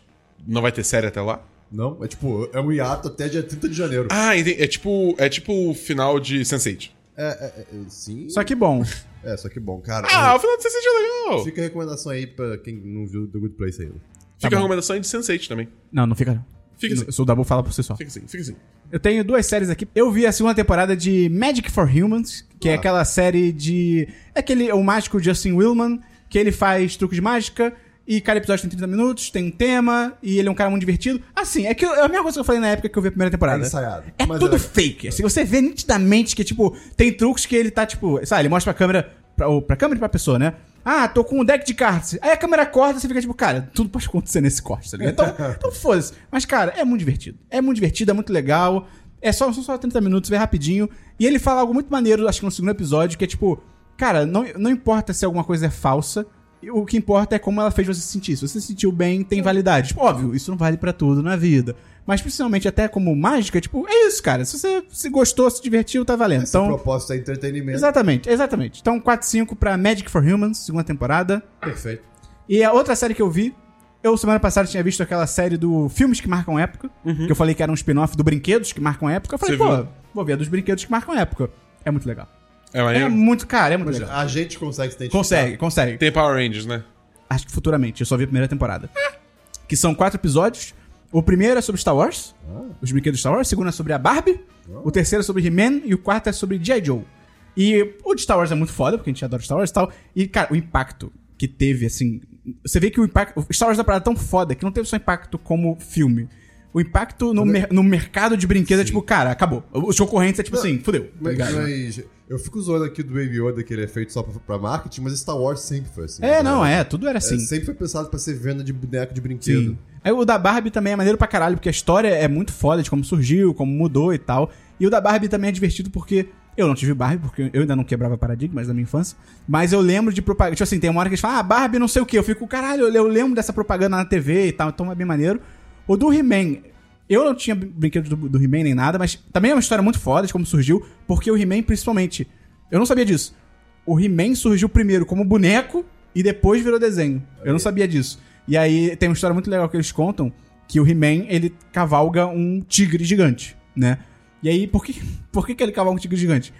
C: não vai ter série até lá?
B: Não? É tipo, é um hiato até dia 30 de janeiro.
C: Ah, entendi. É tipo, é tipo o final de Sense8.
B: É, é, é, sim.
A: Só que bom.
B: É, só que bom, cara.
C: Ah, o final de Sense8 é legal. Fica,
B: Fica a recomendação aí pra quem não viu The Good Place ainda.
A: Tá bom.
C: a recomendação aí de Sense8 também.
A: Não, não fica não.
C: Fica assim.
A: Eu sou o Dabu, fala por si só.
C: Fica assim, fica assim.
A: Eu tenho duas séries aqui. Eu vi a segunda temporada de Magic for Humans, que é aquela série de. É aquele, o mágico Justin Willman, que ele faz truques de mágica. E cada episódio tem 30 minutos, tem um tema, e ele é um cara muito divertido. Assim, é, que eu- é a mesma coisa que eu falei na época que eu vi a primeira
B: É
A: temporada.
B: ensaiado.
A: É
B: mas
A: tudo
B: legal.
A: fake. Assim, você vê nitidamente que, tipo, tem truques que ele tá, tipo, sabe, ele mostra pra câmera, pra, ou pra câmera e pra pessoa, né? Ah, tô com um deck de cartas. Aí a câmera corta e você fica tipo, cara, tudo pode acontecer nesse corte, tá ligado? Então, então foda-se. Mas, cara, é muito divertido. É muito divertido, é muito legal. É só, são só 30 minutos, vê rapidinho. E ele fala algo muito maneiro, acho que no segundo episódio, que é tipo, cara, não, não importa se alguma coisa é falsa, o que importa é como ela fez você se sentir. Se você se sentiu bem, tem validade. Tipo, óbvio, isso não vale pra tudo na vida. Mas principalmente até como mágica, tipo, é isso, cara. Se você se gostou, se divertiu, tá valendo.
B: Esse
A: Então,
B: propósito é entretenimento.
A: exatamente, exatamente. Então, 4-5 pra Magic for Humans, segunda temporada.
B: Perfeito.
A: E a outra série que eu vi, eu semana passada tinha visto aquela série do Filmes que Marcam Época, que eu falei que era um spin-off do Brinquedos que Marcam Época. Eu falei,
C: Você
A: pô,
C: viu?
A: vou ver a dos Brinquedos que Marcam Época. É muito legal.
C: É
A: É
C: maneiro?
A: muito, cara, é muito
B: Mas
A: legal.
B: a gente consegue se identificar.
A: Consegue, consegue.
C: Tem Power Rangers, né?
A: Acho que futuramente, eu só vi a primeira temporada. Que são quatro episódios. O primeiro é sobre Star Wars,
B: Ah.
A: os brinquedos Star Wars. O segundo é sobre a Barbie. O terceiro é sobre He-Man. E o quarto é sobre G.I. Joe. E o de Star Wars é muito foda, porque a gente adora Star Wars e tal. E, cara, o impacto que teve, assim. Você vê que o impacto. o Star Wars é uma parada tão foda que não teve só impacto como filme. O impacto
B: é
A: no, mer- no mercado de brinquedos é tipo, cara, acabou. Os concorrentes é tipo assim, fudeu. tá
B: Mas,
A: ligado?
B: mas eu fico zoando aqui do Baby Yoda que ele é feito só pra, pra marketing, mas Star Wars sempre foi assim.
A: É,
B: né?
A: não, é, tudo era assim.
B: sempre foi pensado pra ser venda de boneco de brinquedo.
A: Sim. Aí o da Barbie também é maneiro pra caralho, porque a história é muito foda de como surgiu, como mudou e tal. E o da Barbie também é divertido porque. Eu não tive Barbie, porque eu ainda não quebrava paradigmas da minha infância. Mas eu lembro de propaganda. Tipo assim, tem uma hora que eles falam, ah, Barbie não sei o que. Eu fico, caralho, eu- eu lembro dessa propaganda na TV e tal, então é bem maneiro. O do He-Man. Eu não tinha brin- brinquedo do, do He-Man nem nada, mas também é uma história muito foda de como surgiu, porque o He-Man, principalmente. Eu não sabia disso. O He-Man surgiu primeiro como boneco e depois virou desenho. Eu não sabia disso. E aí tem uma história muito legal que eles contam que o He-Man, ele cavalga um tigre gigante, né? E aí, por que, por que, que ele cavalga um tigre gigante?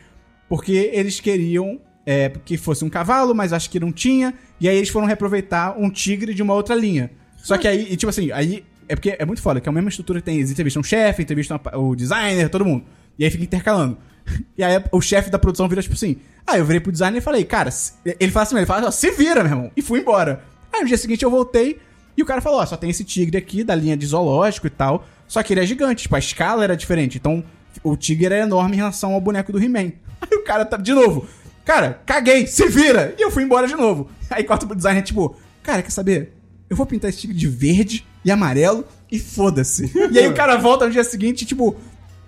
A: Porque eles queriam é, que fosse um cavalo, mas acho que não tinha. E aí eles foram reaproveitar um tigre de uma outra linha. Só que aí, e tipo assim, aí. É porque é muito foda, que é a mesma estrutura que tem. Existe entrevista um chefe, entrevista uma pa- o designer, todo mundo. E aí fica intercalando. E aí o chefe da produção vira, tipo assim. Aí eu virei pro designer e falei, cara, se- ele fala assim, ele fala, ó, se vira, meu irmão. E fui embora. Aí no dia seguinte eu voltei e o cara falou, ó, só tem esse tigre aqui da linha de zoológico e tal. Só que ele é gigante, tipo, a escala era diferente. Então o tigre era enorme em relação ao boneco do He-Man. Aí o cara tá, de novo, cara, caguei, se vira. E eu fui embora de novo. Aí corta pro designer, tipo, cara, quer saber? Eu vou pintar esse tigre de verde e amarelo e foda-se. E aí o cara volta no dia seguinte, tipo,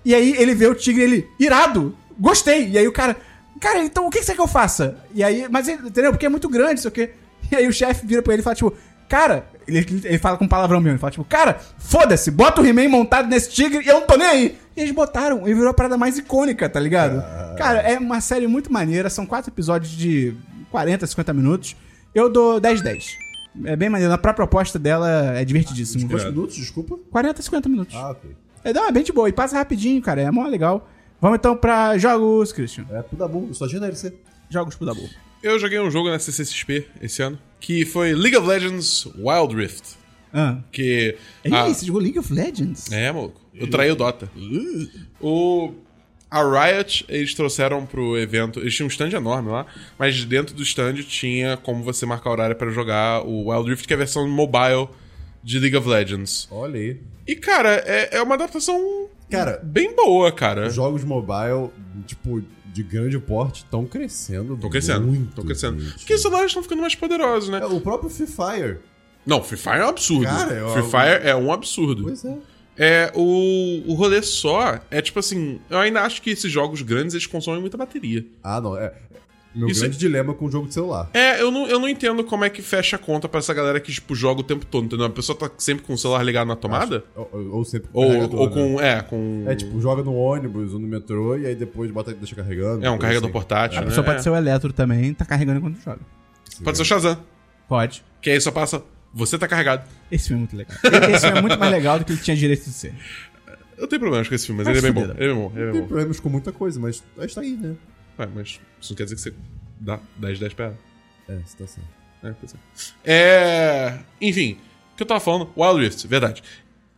A: e aí ele vê o tigre, ele, irado, gostei. E aí o cara, cara, então o que que você quer que eu faça? E aí, mas ele- entendeu? Porque é muito grande, sei o quê. E aí o chefe vira pra ele e fala, tipo, cara, ele, ele fala com palavrão mesmo, ele fala, tipo, cara, foda-se, bota o He-Man montado nesse tigre e eu não tô nem aí. E eles botaram, e virou a parada mais icônica, tá ligado? Cara, é uma série muito maneira, são quatro episódios de 40, 50 minutos. Eu dou 10-10. É bem maneiro, a própria proposta dela é divertidíssimo.
B: Quantos minutos, desculpa?
A: 40, 50 minutos.
B: Ah, ok.
A: É, não, é bem de boa. E passa rapidinho, cara. É mó legal. Vamos então pra jogos, Christian.
B: É tudo bom, só gênero você.
A: Jogos pro Dabu.
C: Eu joguei um jogo na CCXP esse ano, que foi League of Legends Wild Rift.
A: Ah.
C: Que.
A: É
C: a-
A: isso, jogou League of Legends?
C: É, maluco. Eu traí o Dota. O. A Riot, eles trouxeram pro evento. Eles tinham um stand enorme lá, mas dentro do stand tinha como você marcar horário pra jogar o Wild Rift, que é a versão mobile de League of Legends.
B: Olha aí.
C: E, cara, é, é uma adaptação.
B: Cara-
C: Bem boa, cara.
B: É. Jogos mobile, tipo, de grande porte, estão crescendo.
C: Tô crescendo.
B: muito,
C: Tô crescendo.
B: gente.
C: Porque os celulares estão ficando mais poderosos, né?
B: É, O próprio Free Fire.
C: Não, Free Fire é um absurdo.
B: Cara, é
C: Free
B: um-
C: Fire é um absurdo.
B: Pois é.
C: É, o, o rolê só é tipo assim, eu ainda acho que esses jogos grandes eles consomem muita bateria.
B: Ah, não. É. Meu
C: Isso-
B: grande dilema com o jogo de celular.
C: É, eu não, eu não entendo como é que fecha a conta pra essa galera que, tipo, joga o tempo todo, entendeu? A pessoa tá sempre com o celular ligado na tomada?
B: Ou, ou- ou sempre com
C: Ou,
B: carregador,
C: ou
B: né?
C: com. É, com.
B: É, tipo, joga no ônibus ou no metrô e aí depois bota, deixa carregando.
C: É, um
B: coisa
C: carregador
B: assim.
C: portátil.
A: A
C: né?
A: pessoa
C: É.
A: pode ser o Eletro também, tá carregando enquanto joga.
C: Pode ser o Shazam.
A: Pode.
C: Que aí só passa. Você tá carregado.
A: Esse filme é muito legal. Esse filme é muito mais legal do que ele tinha direito de ser.
C: Eu tenho problemas com esse filme, mas,
A: Vai
C: ele é bem
A: se
C: bom.
A: fuder.
C: Ele é bem bom, ele é bem
B: Tem
C: bom.
B: problemas com muita coisa, mas mas tá aí, né?
C: Ué, mas isso não quer dizer que você dá 10 10 pra ela.
B: É, você tá certo.
C: É, pois é. É, Enfim, o que eu tava falando? Wild Rift, verdade.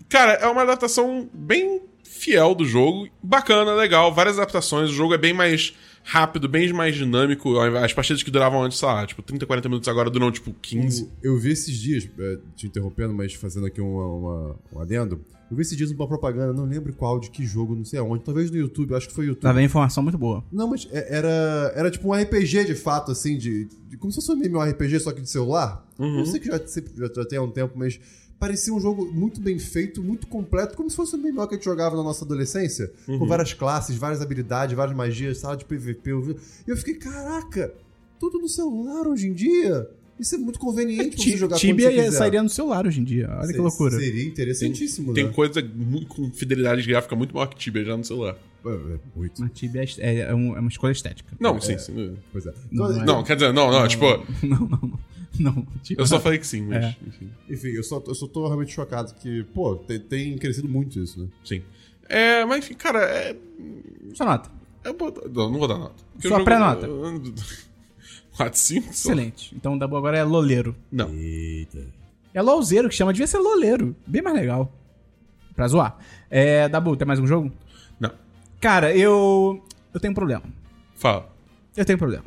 C: Cara, é uma adaptação bem fiel do jogo. Bacana, legal, várias adaptações. O jogo é bem mais rápido, bem mais dinâmico. As partidas que duravam antes, sei lá, tipo 30, 40 minutos agora duram tipo 15.
B: Eu, eu vi esses dias, é, te interrompendo, mas fazendo aqui uma, uma- um adendo. Eu vi esses dias uma propaganda, não lembro qual, de que jogo, não sei aonde. Talvez no YouTube, acho que foi YouTube.
A: Tá vendo informação muito boa.
B: Não, mas é- era, era tipo um RPG de fato, assim, de, de- como se fosse um MMORPG, só que de celular.
A: Uhum.
B: Eu sei que já, sempre- já, já tem há um tempo, mas parecia um jogo muito bem feito, muito completo, como se fosse um MMO que a gente jogava na nossa adolescência,
A: Uhum.
B: com várias classes, várias habilidades, várias magias, sala de PVP. eu vi- E eu fiquei, caraca, tudo no celular hoje em dia? Isso é muito conveniente pra você jogar quando
A: Tibia
B: você
A: ia-
B: quiser.
A: sairia no celular hoje em dia. Olha que
B: Seria-
A: loucura.
B: Seria interessantíssimo,
A: Uhum.
C: Tem
B: né?
C: coisa mu- com fidelidade gráfica muito maior que Tibia já no celular.
B: É, é, Muito,
A: Mas Tibia é est- é, é um- é uma escolha estética.
C: Não, sim, sim. Não,
B: pois é.
A: Não,
B: Então,
C: não, quer dizer, não, não, tipo,
A: Não, não, não. Não, Tibia-
C: eu só falei que sim, mas
A: É.
C: enfim.
B: Enfim, eu só, eu só tô realmente chocado que, pô, tem, tem crescido muito isso, né?
C: Sim. É, mas enfim, cara, é,
A: Sua nota.
C: Eu vou- não, não vou dar nota. Porque
A: Sua
C: o jogo-
A: pré-nota.
C: 4, 5?
A: Excelente. Então o Dabu agora é loleiro.
C: Não.
B: Eita.
A: É LOLzeiro que chama, devia ser loleiro. Bem mais legal. Pra zoar. É, Dabu, tem mais um jogo?
C: Não.
A: Cara, eu. Eu tenho um problema.
C: Fala.
A: Eu tenho um problema.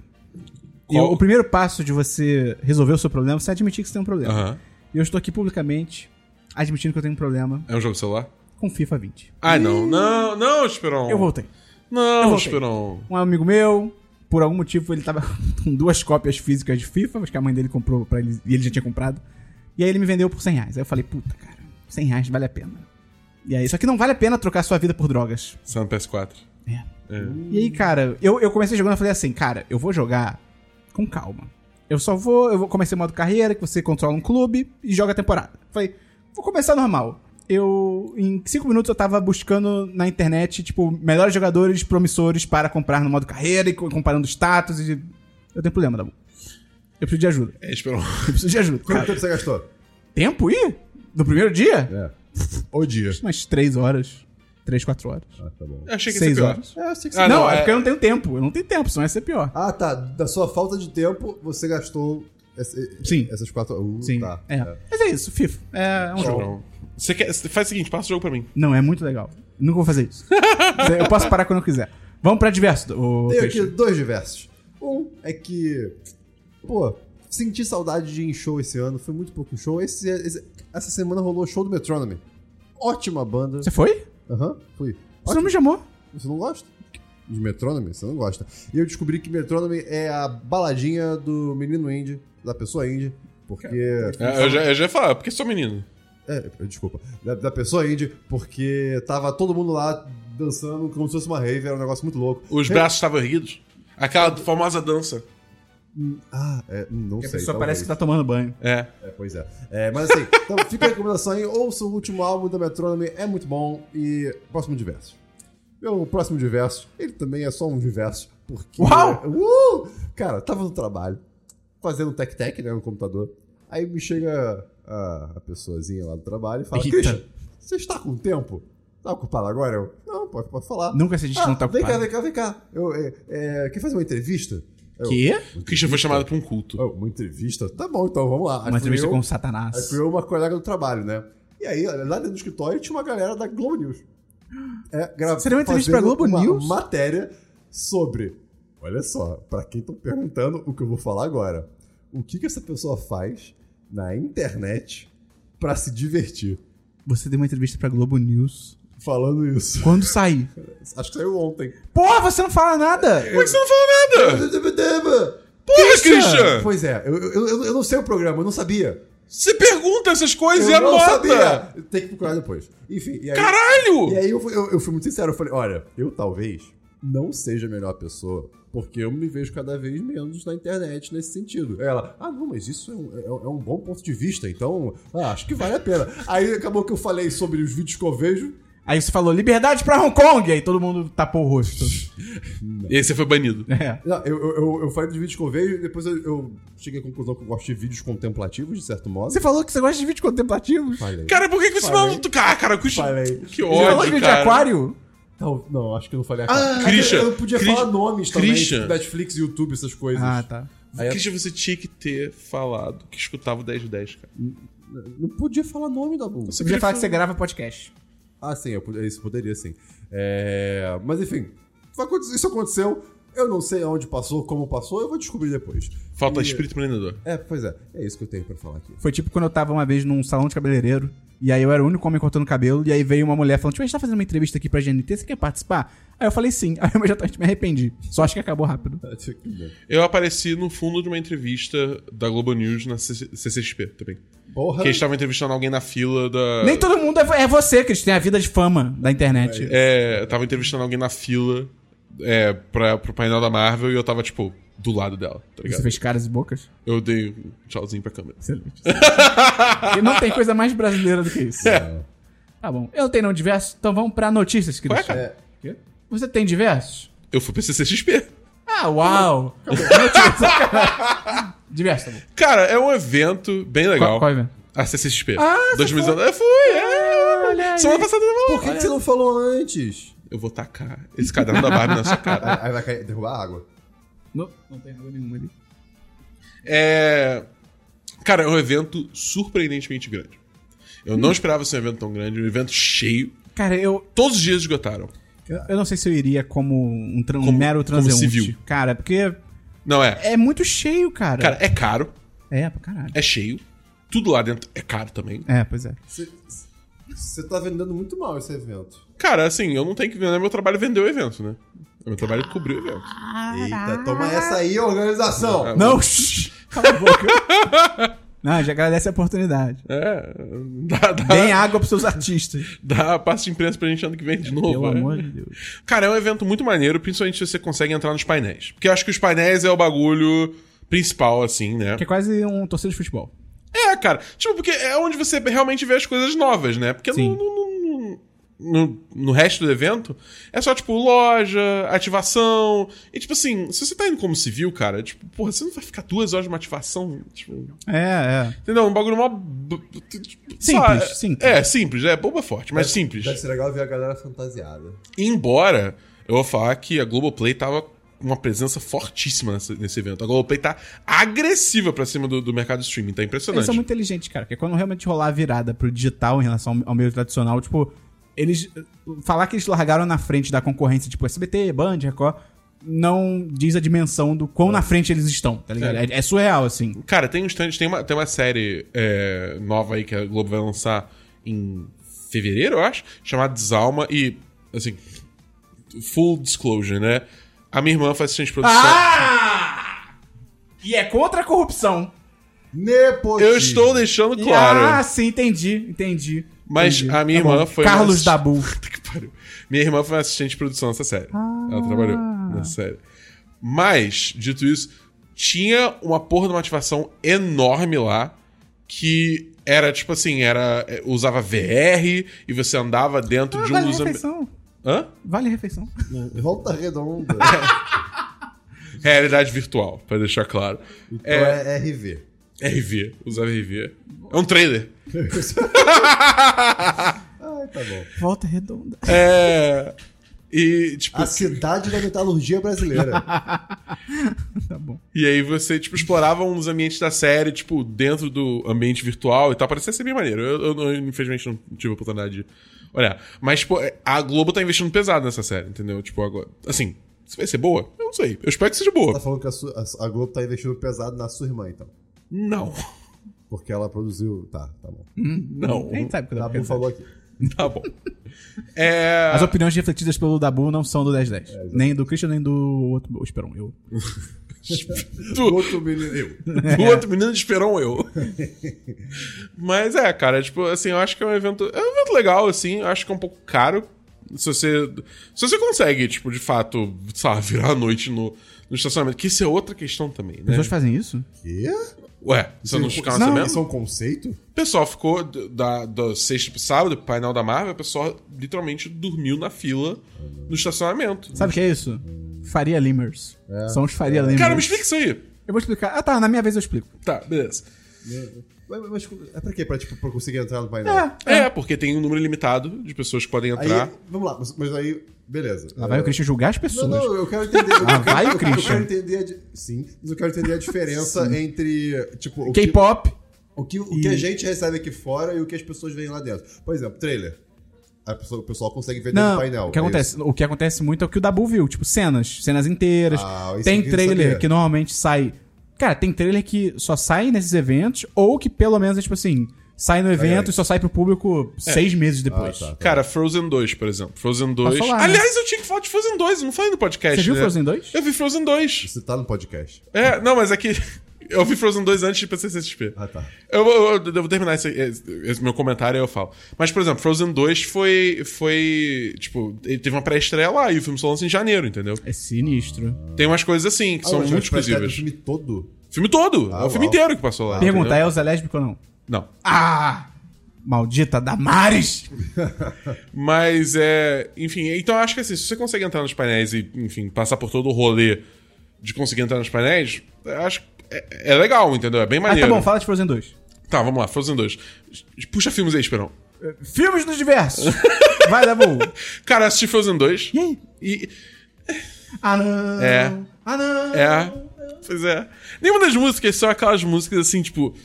A: E
C: Qual-
A: o primeiro passo de você resolver o seu problema é você admitir que você tem um problema.
C: Aham.
A: E eu estou aqui publicamente admitindo que eu tenho um problema
C: É um jogo de celular?
A: com FIFA 20.
C: Ah, não. Não, não, Esperon.
A: Eu voltei.
C: Não,
A: voltei.
C: Esperon.
A: Um amigo meu, por algum motivo, ele tava com duas cópias físicas de FIFA, acho que a mãe dele comprou pra ele e ele já tinha comprado. E aí ele me vendeu por 100 reais. Aí eu falei, puta, cara, 100 reais vale a pena. E aí, só que não vale a pena trocar sua vida por drogas.
C: Só no PS4.
A: É.
C: É.
A: E aí, cara, eu, eu comecei jogando e falei assim, cara, eu vou jogar com calma. Eu só vou. Eu vou comecei o modo carreira, que você controla um clube e joga a temporada. Falei, vou começar normal. Eu, em cinco minutos, eu tava buscando na internet, tipo, melhores jogadores promissores para comprar no modo carreira e co- comparando status e. Eu tenho problema, Dabu. Eu preciso de ajuda.
C: É, Esperon.
A: Eu preciso de ajuda.
B: Quanto
A: Cara,
B: tempo você gastou?
A: tempo ir? No primeiro dia?
B: É. O dia.
A: Umas três horas. Três, quatro horas.
B: Ah, tá bom.
C: Eu achei que ia ser
A: Seis
C: pior.
A: horas.
B: É, achei que
C: Ah,
B: você...
A: não,
C: não,
A: é,
C: é-
A: porque eu não tenho tempo. Eu não tenho tempo, senão ia ser pior.
B: Ah, tá. Da sua falta de tempo, você gastou esse-
A: Sim.
B: essas quatro... Uh,
A: Sim.
B: Tá.
A: é. Mas é isso, FIFA. É um jogo.
C: Esperon. Você quer, você faz o seguinte, passa o jogo pra mim.
A: Não, é muito legal. Nunca vou fazer isso. eu posso parar quando eu quiser. Vamos pra diverso, ô
B: Tenho aqui
A: Peixe.
B: dois diversos. Um é que, pô, senti saudade de ir em show esse ano, foi muito pouco em show. Esse- esse- essa semana rolou o show do Metronomy. Ótima banda.
A: Você foi?
B: Aham, fui.
A: Você não me chamou?
B: Você não gosta? De Metronomy? Você não gosta. E eu descobri que Metronomy é a baladinha do menino indie, da pessoa indie, porque...
C: É, eu, já, eu já ia falar, porque sou menino.
B: É, eu- desculpa. Da, da pessoa indie, porque tava todo mundo lá dançando como se fosse uma rave, era um negócio muito louco.
A: É.
C: Os braços estavam erguidos. Aquela famosa dança.
B: Ah, é, não
A: Porque
B: sei.
A: a pessoa
B: talvez.
A: parece que tá tomando banho.
C: É.
B: É, pois é. É, Mas assim, então fica a recomendação aí, ouça o último álbum da Metronomy, é muito bom. E próximo diverso. Meu próximo diverso, ele também é só um diverso, porque.
A: Uau!
B: Uh! Cara, tava no trabalho, fazendo tec-tec, né, no computador. Aí me chega a, a pessoazinha lá do trabalho e fala:
A: Eita.
B: Christian, você está com tempo? Tá ocupado agora? Eu, não, pode, pode falar.
A: Nunca se a gente
B: Ah,
A: não tá
B: vem cá,
A: ocupado.
B: vem cá, vem cá. Eu, é, é, quer fazer uma entrevista? Eu,
A: Quê?
C: O Christian foi chamado pra um culto.
B: "Oh, uma entrevista? Tá bom, então vamos lá. Aí
A: Uma
B: fui
A: entrevista
B: eu,
A: com o
B: Aí
A: Satanás.
B: fui eu e uma colega do trabalho, né? E aí, lá dentro do escritório, tinha uma galera da Globo News. É, gra-
A: Você deu uma entrevista pra
B: fazendo
A: Globo
B: uma
A: News?
B: matéria sobre... Olha só, pra quem estão perguntando o que eu vou falar agora. O que, que essa pessoa faz na internet pra se divertir?
A: Você deu uma entrevista pra Globo News.
B: Falando isso.
A: Quando sair?
B: Acho que saiu ontem.
A: Porra, você não fala nada!
C: Como é que você não falou nada? Porra, Christian!
B: Pois é, eu, eu, eu- eu não sei o programa, eu não sabia.
C: Você pergunta essas coisas
B: Eu
C: e
B: não
C: anota!
B: sabia. Tem que procurar depois. Enfim, e aí...
C: Caralho!
B: E aí eu fui, eu- eu fui muito sincero, eu falei, olha, eu talvez não seja a melhor pessoa, porque eu me vejo cada vez menos na internet nesse sentido. Ela, ah, não, mas isso é um, é um- é um bom ponto de vista, então ah, acho que vale a pena. Aí acabou que eu falei sobre os vídeos que eu vejo.
A: Aí você falou, liberdade pra Hong Kong! Aí todo mundo tapou o rosto.
C: E aí você foi banido.
A: É.
B: Não, eu, eu, eu- eu falei dos vídeos que eu vejo e depois eu, eu cheguei à conclusão que eu gosto de vídeos contemplativos, de certo modo.
A: Você falou que você gosta de vídeos contemplativos?
B: Falei.
C: Cara, por que, que você
B: Falei.
C: não. Ah, cara, o Christian.
B: Falei.
C: Que
A: Você falou de
C: ódio,
A: vídeo de
C: cara.
A: aquário?
B: Não, não, acho que eu não falei a
C: Ah, Christian,
B: Eu podia
C: Christian,
B: falar nomes também,
C: Christian.
B: tipo Netflix, YouTube, essas coisas.
A: Ah, tá.
B: Aí-
C: Christian, você tinha que ter falado que escutava o 10 de 10, cara.
B: Não podia falar nome da bunda.
A: Você podia falar que você grava podcast.
B: Ah, sim, eu pod- isso poderia sim. É, mas enfim, aconte- isso aconteceu. Eu não sei aonde passou, como passou, eu vou descobrir depois.
C: Falta
B: E-
C: espírito empreendedor.
B: É, pois é. É isso que eu tenho pra falar aqui.
A: Foi tipo quando eu tava uma vez num salão de cabeleireiro, e aí eu era o único homem cortando cabelo, e aí veio uma mulher falando, tipo, a gente tá fazendo uma entrevista aqui pra GNT, você quer participar? Aí eu falei sim, aí eu imediatamente me arrependi. Só acho que acabou rápido.
C: Eu apareci no fundo de uma entrevista da Globo News na CC CCXP também.
B: Porra.
C: Que eles estavam entrevistando alguém na fila da.
A: Nem todo mundo é, vo- é você, que tem a vida de fama da internet.
C: É, eu tava entrevistando alguém na fila é, pra, pro painel da Marvel e eu tava, tipo, do lado dela, tá
A: Você
C: ligado?
A: fez caras e bocas?
C: Eu dei um tchauzinho pra câmera.
A: Excelente. e não tem coisa mais brasileira do que isso.
C: é.
A: Tá bom. Eu não tenho não diversos, então vamos pra notícias, Christian.
C: cara?
B: É,
A: Quê? Você tem diversos?
C: Eu fui pra CCXP.
A: Ah, uau! Notícias. diversos, tá bom.
C: Cara, é um evento bem legal.
A: Qual, qual evento?
C: A CCXP.
A: Ah, você Ah,
C: 2019. Eu fui, é.
A: Olha aí.
C: Semana passada eu tava lá.
B: Por que, que você não falou antes?
C: Eu vou tacar esse caderno da Barbie na sua cara.
B: Aí aí vai cair, derrubar água.
A: Não, não tem água nenhuma ali.
C: É. Cara, é um evento surpreendentemente grande. Eu
A: Hum.
C: não esperava ser um evento tão grande, um evento cheio.
A: Cara, eu,
C: Todos os dias esgotaram.
A: eu não sei se eu iria como um, tran- um
C: Como-
A: mero
C: como
A: transeunte.
C: civil.
A: Cara, porque
C: Não é.
A: é muito cheio, cara.
C: Cara, é caro,
A: É, pra caralho.
C: é cheio. Tudo lá dentro é caro também.
A: É, pois é.
B: Você- Você tá vendendo muito mal esse evento.
C: Cara, assim, eu não tenho que vender. Meu trabalho vendeu o evento, né? É Meu trabalho de cobrir o evento.
B: Eita, toma essa aí, organização!
A: Não, shh, cala a boca. não, a gente agradece a oportunidade.
C: É. Dá,
A: Deem
C: dá,
A: água pros seus artistas.
C: dá a pasta de imprensa pra gente ano que vem de novo.
A: Pelo
C: é.
A: amor de Deus.
C: Cara, é um evento muito maneiro, principalmente se você consegue entrar nos painéis. Porque eu acho que os painéis é o bagulho principal, assim, né?
A: Que é quase um torcedor de futebol.
C: É, cara. Tipo, porque é onde você realmente vê as coisas novas, né? Porque
A: Sim.
C: no, no, no, no- no resto do evento é só, tipo, loja, ativação. E, tipo assim, se você tá indo como civil, cara, tipo, porra, você não vai ficar duas horas de uma ativação? Tipo.
A: É, é.
C: Entendeu? Um bagulho mó. tipo,
A: Simples, simples.
C: É, simples, é boba forte, mas simples.
B: Deve ser legal ver a galera fantasiada.
C: Embora eu vou falar que a Globoplay tava uma presença fortíssima nessa- nesse evento. A Globoplay tá agressiva pra cima do, do mercado de streaming, tá
A: Eles
C: impressionante.
A: são muito inteligentes, cara. Porque quando realmente rolar a virada pro digital em relação ao meio tradicional, tipo, eles. Falar que eles largaram na frente da concorrência, tipo SBT, Band, Record, não diz a dimensão do quão na frente eles estão, tá ligado? É, é surreal, assim.
C: Cara, tem um stand, tem uma, tem uma série é, nova aí que a Globo vai lançar em fevereiro, eu acho, chamada Desalma e, assim, full disclosure, né? A minha irmã faz assistente de produção.
A: Ah! E é contra a corrupção.
B: Nepotismo.
C: eu estou deixando
A: Ah,
C: claro.
A: sim, entendi, entendi.
C: Mas
A: entendi.
C: a minha
A: Tá
C: irmã
A: bom.
C: foi uma
A: Carlos
C: assist-
A: Dabu.
C: Puta que pariu. Minha irmã foi uma assistente de produção nessa série. Ela trabalhou nessa série. Mas, dito isso, tinha uma porra de uma ativação enorme lá que era tipo assim, era é, usava VR e você andava dentro de um
A: vale
C: dos ambi-
A: refeição.
C: Hã?
A: Vale refeição.
B: Volta redonda.
C: É. Realidade virtual, pra deixar claro.
B: Então é RV.
C: RV, usava RV. É um trailer.
B: Ai, tá bom.
A: Volta redonda.
C: É. E, tipo,
B: A cidade da metalurgia brasileira.
A: tá bom.
C: E aí você, tipo, explorava uns ambientes da série, tipo, dentro do ambiente virtual e tal. Parecia ser bem maneiro. Eu, eu não- infelizmente, não tive a oportunidade de olhar. Mas, tipo, a Globo tá investindo pesado nessa série, entendeu? Tipo, agora. Assim, se vai ser boa? Eu não sei. Eu espero que seja
B: tá
C: boa.
B: falando que a, sua- a- a Globo tá investindo pesado na sua irmã, então.
C: Não.
B: Porque ela produziu. Tá, tá bom.
C: Não.
A: Quem sabe o que eu
B: Dabu
A: quero
B: falou aqui.
C: Tá bom. É.
A: As opiniões refletidas pelo Dabu não são do
B: É,
A: 1010. nem do Christian, nem do outro. o Esperon, eu.
C: Do-
B: Outro menino. Eu.
C: O outro menino de Esperon, eu. Mas é, cara, tipo, assim, eu acho que é um evento. É um evento legal, assim, eu acho que é um pouco caro. Se você. Se você consegue, tipo, de fato, sei lá, virar a noite no, no estacionamento. Que isso é outra questão também, né?
A: Pessoas fazem isso?
B: Quê?
C: Ué, você não ficava
B: não,
C: sabendo?
B: isso é um conceito?
C: O pessoal ficou d- da, da sexta pro sábado, pro painel da Marvel, o pessoal literalmente dormiu na fila no estacionamento.
A: Sabe o que é isso? Faria Limers.
B: É.
A: São os Faria Limers.
C: Cara, me explica isso aí.
A: Eu vou explicar. Ah, tá. Na minha vez eu explico.
C: Tá, beleza.
B: Mas, mas é pra quê? Pra, tipo, pra conseguir entrar no painel?
A: É.
C: É, porque tem um número limitado de pessoas que podem
B: Aí,
C: entrar.
B: vamos lá, mas, mas aí, beleza. É.
A: Lá vai o Christian julgar as
B: Não,
A: pessoas.
B: não, eu quero entender. eu
A: Ah,
B: quero-
A: vai o
B: eu quero-
A: Christian.
B: Eu quero entender a, di- sim, mas eu quero entender a diferença entre, tipo, o que,
A: K-pop.
B: o, que, o que a gente recebe aqui fora e o que as pessoas veem lá dentro. Por exemplo, trailer. A pessoa- o pessoal consegue ver dentro
A: Não,
B: do painel.
A: o que
B: é
A: acontece? O que acontece muito é o que o Dabu viu, tipo, cenas, cenas inteiras.
B: Ah, isso eu
A: tem
B: queria
A: trailer
B: saber.
A: que normalmente sai. Cara, tem trailer que só sai nesses eventos, ou que pelo menos é tipo assim, sai no evento
B: ai.
A: e só sai pro público seis meses depois.
B: tá.
C: Cara, Frozen 2, por exemplo. Frozen 2.
A: falar, né?
C: Aliás, eu tinha que falar de Frozen 2, eu não falei no podcast.
A: Você viu
C: né?
A: Frozen 2?
C: Eu vi Frozen 2.
B: Você tá no podcast.
C: É, não, mas aqui. Eu vi Frozen 2 antes de PCCXP.
B: Ah, tá.
C: Eu, eu, eu devo terminar esse, esse- esse meu comentário e eu falo. Mas, por exemplo, Frozen 2 foi. foi tipo, ele teve uma pré-estreia lá e o filme só lança em janeiro, entendeu?
A: É sinistro.
C: Tem umas coisas assim que
B: Ah,
C: são
B: mas
C: muito
B: vai ficar
C: exclusivas.
B: O filme todo.
C: Filme todo!
B: Ah,
C: é o filme
B: uau.
C: inteiro que passou lá.
A: Pergunta,
C: entendeu?
A: a Elsa é lésbica ou não?
C: Não.
A: Ah! Maldita Damares! Ah,
C: Mas é. Enfim, então eu acho que assim, se você consegue entrar nos painéis e, enfim, passar por todo o rolê de conseguir entrar nos painéis, eu acho que é, é legal, entendeu? É bem
A: Ah, tá
C: maneiro.
A: bom, fala de Frozen 2.
C: Tá, vamos lá, Frozen 2. Puxa filmes aí, Esperão.
A: Filmes dos diversos! Vai, Dabu!
C: Cara, eu assisti Frozen 2
A: E aí?
C: e.
A: Ah, não!
C: É.
A: Ah, não!
C: É. Pois é. Nenhuma das músicas são aquelas músicas assim, tipo.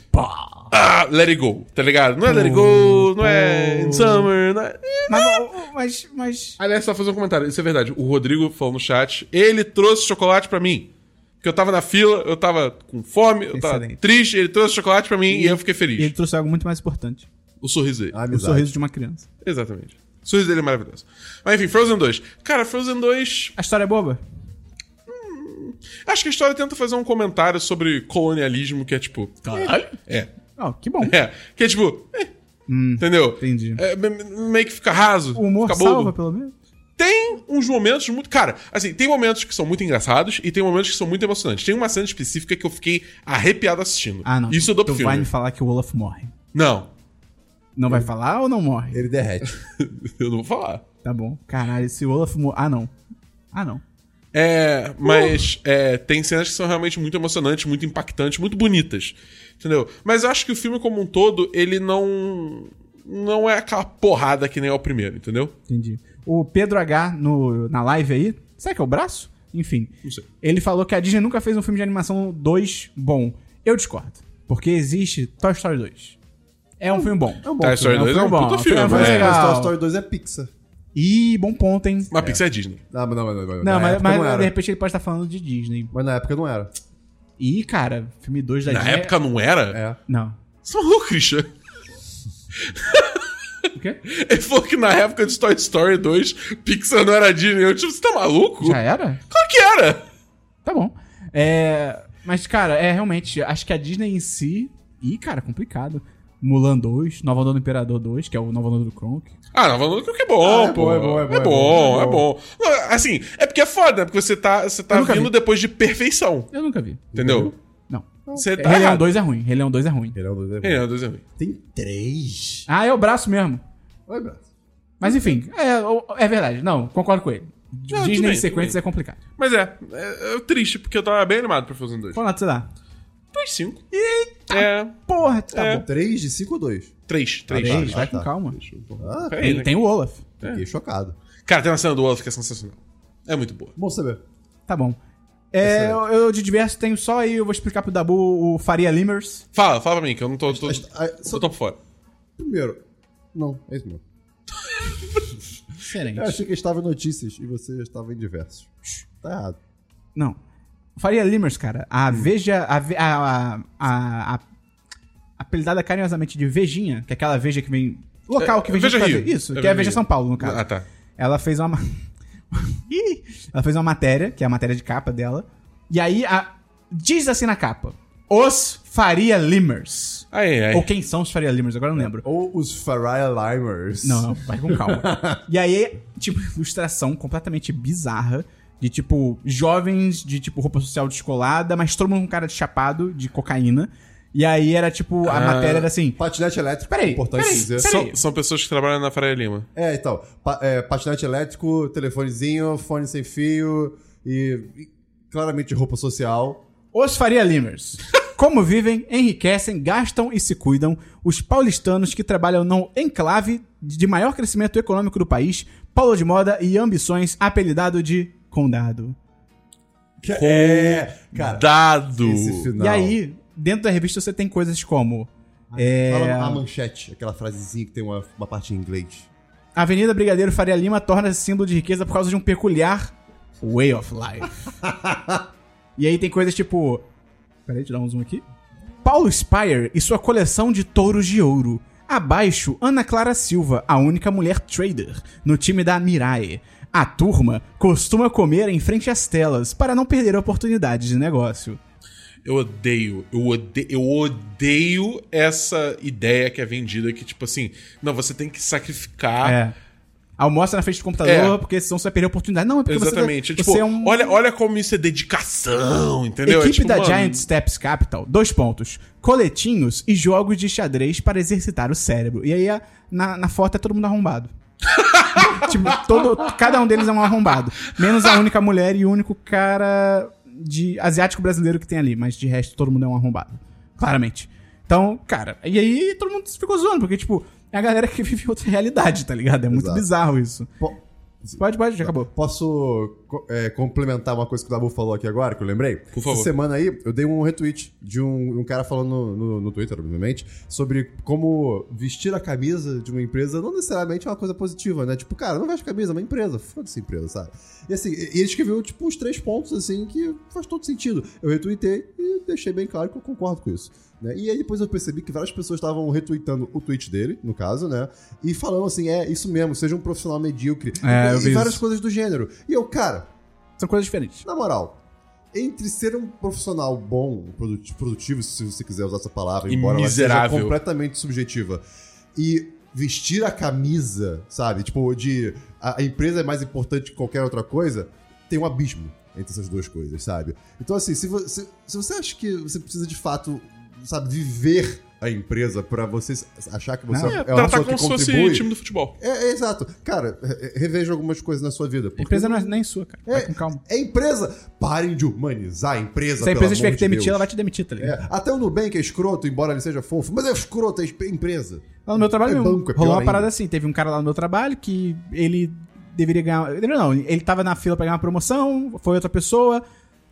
C: Ah, let it go, tá ligado? Não é let it
A: Hum,
C: go, não é in summer, não é.
A: Mas, mas, mas...
C: Aliás, só fazer um comentário. Isso é verdade. O Rodrigo falou no chat. Ele trouxe chocolate pra mim. Porque eu tava na fila, eu tava com fome, eu tava
A: Excelente.
C: triste. Ele trouxe chocolate pra mim e, eu fiquei feliz.
A: E ele Ah. trouxe algo muito mais importante.
C: O sorriso dele.
B: A
A: O
B: Ah, amizade.
A: sorriso de uma criança.
C: Exatamente. O sorriso dele é maravilhoso. Mas enfim, Frozen 2. Cara, Frozen 2.
A: A história é boba?
C: Acho que a história tenta fazer um comentário sobre colonialismo que é tipo.
A: Caralho.
C: É.
A: Ó, que bom.
C: É. Que é tipo. eh, entendeu?
A: Hum. entendi.
C: É, me- me- meio que fica raso.
A: O humor
C: fica bobo.
A: salva, pelo menos.
C: Tem uns momentos muito. Cara, assim, tem momentos que são muito engraçados e tem momentos que são muito emocionantes. Tem uma cena específica que eu fiquei arrepiado assistindo.
A: Ah, não.
C: Isso eu dou pro
A: Tu vai
C: filme.
A: me falar que o Olaf morre.
C: Não,
A: Não vai falar ou não morre?
B: Ele derrete.
C: eu não vou falar.
A: Tá bom. Caralho, se o Olaf morre... Ah, não. Ah, não.
C: É, mas é, tem cenas que são realmente muito emocionantes, muito impactantes, muito bonitas. Entendeu? Mas eu acho que o filme como um todo, ele não. Não é aquela porrada que nem é o primeiro, entendeu?
A: Entendi. O Pedro H, no, na live aí... Será que é o braço? Enfim.
C: Não sei.
A: Ele falou que a Disney nunca fez um filme de animação 2 bom. Eu discordo. Porque existe Toy Story 2. É um filme bom.
B: É um bom
C: Toy Story
B: filme.
C: 2 é um
A: filme bom,
C: puta
A: é um
C: filme,
A: filme
C: mas...
B: Mas
A: legal.
B: Toy Story 2 é Pixar.
A: Ih, bom ponto, hein?
C: Mas Pixar é Disney.
B: Ah, mas não, mas,
A: Não,
B: mas, na
A: mas,
B: época
A: mas
B: não era.
A: de repente ele pode estar falando de Disney.
B: Mas na época não era.
A: Ih, cara, filme 2 da
C: Na
A: Disney. é-
C: época não era?
B: É.
A: Não.
C: Você é maluco, Christian?
A: O quê?
C: Ele falou que na época de Toy Story 2, Pixar não era Disney. Eu, tipo, você tá maluco?
A: Já é. era?
C: Claro que era!
A: Tá bom. É, mas, cara, é realmente. Acho que a Disney em si. Ih, cara, complicado. Mulan 2, Nova Onda do Imperador 2, que é o Nova Onda do Kronk.
C: Ah, não, falando que é bom,
B: Ah, é
C: pô.
B: bom, é bom, é bom,
C: É
B: é bom,
C: bom,
B: é
C: é bom. Não, Assim, é porque é foda, né? Porque você tá, você tá
A: Eu nunca
C: vindo
A: vi.
C: depois de perfeição,
A: Eu nunca vi.
C: entendeu?
A: Não.
C: Você tá
A: Rei Leão
C: errado.
A: 2 é ruim. Rei Leão 2 é ruim.
B: Ele é um dos
C: Rei Leão 2 é ruim.
B: Tem três.
A: Ah, é o braço mesmo.
B: Oi, Beto.
A: Mas enfim, é, é verdade. Não, concordo com ele.
C: tudo
A: Disney
C: bem,
A: em sequências
C: tudo bem.
A: é complicado.
C: Mas é, é, é triste, porque eu tava bem animado pra fazer um 2.
A: Qual nota você dá?
C: 3, 5. É,
A: Porra, tá
C: É.
A: bom.
B: Três de cinco ou dois?
C: 3, 3.
A: Três,
B: tá,
A: vai
B: tá.
A: com calma.
B: Ah,
C: Peraí,
A: Tem,
C: né?
A: tem o Olaf.
B: fiquei chocado.
C: Cara, tem uma cena do Olaf que é sensacional. É muito boa.
B: Bom saber.
A: Tá bom. É, eu, eu de diverso tenho só aí, eu vou explicar pro Dabu o Faria Limers.
C: Fala, fala pra mim, que eu não tô. tô
B: Mas, ah, só-
C: eu tô por fora.
B: Primeiro. Não, é isso mesmo.
A: Excelente.
B: Eu achei que eu estava em notícias e você já estava em diversos. Tá errado.
A: Não. Faria Limers, cara. A
C: Hum.
A: Veja. A, ve- a, a, a- a- apelidada carinhosamente de Vejinha, que é aquela Veja que vem. Local que
C: É,
A: vem gente
C: Veja
A: fazer.
C: Rio.
A: Isso,
C: É
A: que é a
C: Veja
A: Veja
C: Rio.
A: São Paulo, no caso.
C: Ah, tá.
A: Ela fez uma. ma- Ih! ela fez uma matéria, que é a matéria de capa dela. E aí a- diz assim na capa: Os Faria Limers.
C: Aí, aí.
A: Ou quem são os Faria Limers? Agora eu
C: É.
A: não lembro.
B: Ou os Faria Limers.
A: Não, não, vai com calma. e aí, tipo, ilustração completamente bizarra de, tipo, jovens de, tipo, roupa social descolada, mas todo mundo com cara de chapado, de cocaína. E aí era, tipo, a
C: Ah.
A: matéria era assim...
B: Patinete elétrico,
A: Peraí,
B: importante
A: peraí,
B: dizer.
A: peraí.
C: São, são pessoas que trabalham na Faria Lima.
B: É, então. pa- é, patinete elétrico, telefonezinho, fone sem fio e, e claramente roupa social.
A: Os Faria Limers. Como vivem, enriquecem, gastam e se cuidam, os paulistanos que trabalham no enclave de maior crescimento econômico do país, Paulo de moda e ambições, apelidado de Condado.
B: Que é, cara.
C: Dado!
B: Esse final.
A: E aí, dentro da revista você tem coisas como é,
B: Fala a manchete, aquela frasezinha que tem uma, uma parte em inglês.
A: Avenida Brigadeiro Faria Lima torna-se símbolo de riqueza por causa de um peculiar way of life. e aí tem coisas tipo. Peraí, deixa eu dar um zoom aqui. Paulo Spire e sua coleção de touros de ouro. Abaixo, Ana Clara Silva, a única mulher trader, no time da Mirai. A turma costuma comer em frente às telas para não perder oportunidades de negócio.
C: Eu odeio, eu odeio, eu odeio essa ideia que é vendida que, tipo assim, não, você tem que sacrificar.
A: É. Almoça na frente do computador,
C: Ah. É.
A: porque senão você vai perder a oportunidade. Não, é porque
C: Exatamente.
A: você,
C: É tipo,
A: você é um
C: olha, olha como isso é dedicação, entendeu?
A: Equipe
C: é tipo,
A: da
C: mano,
A: Giant Steps Capital, dois pontos. Coletinhos e jogos de xadrez para exercitar o cérebro. E aí, a- na, na foto, é todo mundo arrombado. tipo, todo, cada um deles é um arrombado. Menos a única mulher e o único cara de asiático brasileiro que tem ali. Mas de resto, todo mundo é um arrombado. Claramente. Então, cara, e aí todo mundo ficou zoando, porque, tipo, é a galera que vive outra realidade, tá ligado? É muito
B: Exato.
A: bizarro isso.
B: Po-
A: Pode, pode, já acabou.
B: Posso co- é, complementar uma coisa que o Dabu falou aqui agora, que eu lembrei?
C: Por favor.
B: Essa semana aí, eu dei um retweet de um, um cara falando no, no- no Twitter, obviamente, sobre como vestir a camisa de uma empresa não necessariamente é uma coisa positiva, né? Tipo, cara, não veste camisa, é uma empresa. Foda-se a empresa, sabe? E assim, e ele escreveu, tipo, uns três pontos, assim, que faz todo sentido. Eu retuitei e deixei bem claro que eu concordo com isso. né? E aí depois eu percebi que várias pessoas estavam retweetando o tweet dele, no caso, né? E falando assim, é isso mesmo, seja um profissional medíocre.
A: É, eu
B: e
A: vi
B: várias
A: isso.
B: coisas do gênero. E eu, cara,
A: São coisas diferentes.
B: na moral, entre ser um profissional bom, produti- produtivo, se você quiser usar essa palavra,
C: E
B: embora ela
C: miserável.
B: seja completamente subjetiva, e vestir a camisa, sabe? Tipo, de a, a empresa é mais importante que qualquer outra coisa, tem um abismo entre essas duas coisas, sabe? Então, assim, se você, se você acha que você precisa de fato, sabe, viver a empresa pra você achar que você
A: Não,
B: é, uma pessoa
C: tratar como
B: que
C: se fosse
B: contribui...
C: time do futebol.
B: É, é exato. Cara, re- reveja algumas coisas na sua vida.
A: A
B: porque
A: empresa não é nem sua, cara. Vai
B: É.
A: com calma.
B: é empresa. Parem de humanizar a empresa.
A: Se a empresa
B: pelo
A: tiver
B: amor
A: que
B: de
A: demitir,
B: Deus.
A: ela vai te demitir, tá ligado?
B: É, até o Nubank é escroto, embora ele seja fofo, mas é escroto, é esp- empresa.
A: Lá no meu trabalho
B: É
A: mesmo.
B: banco, é pior
A: rolou uma
B: ainda.
A: parada assim. Teve um cara lá no meu trabalho que ele deveria ganhar. Deveria não, ele tava na fila pra ganhar uma promoção, foi outra pessoa.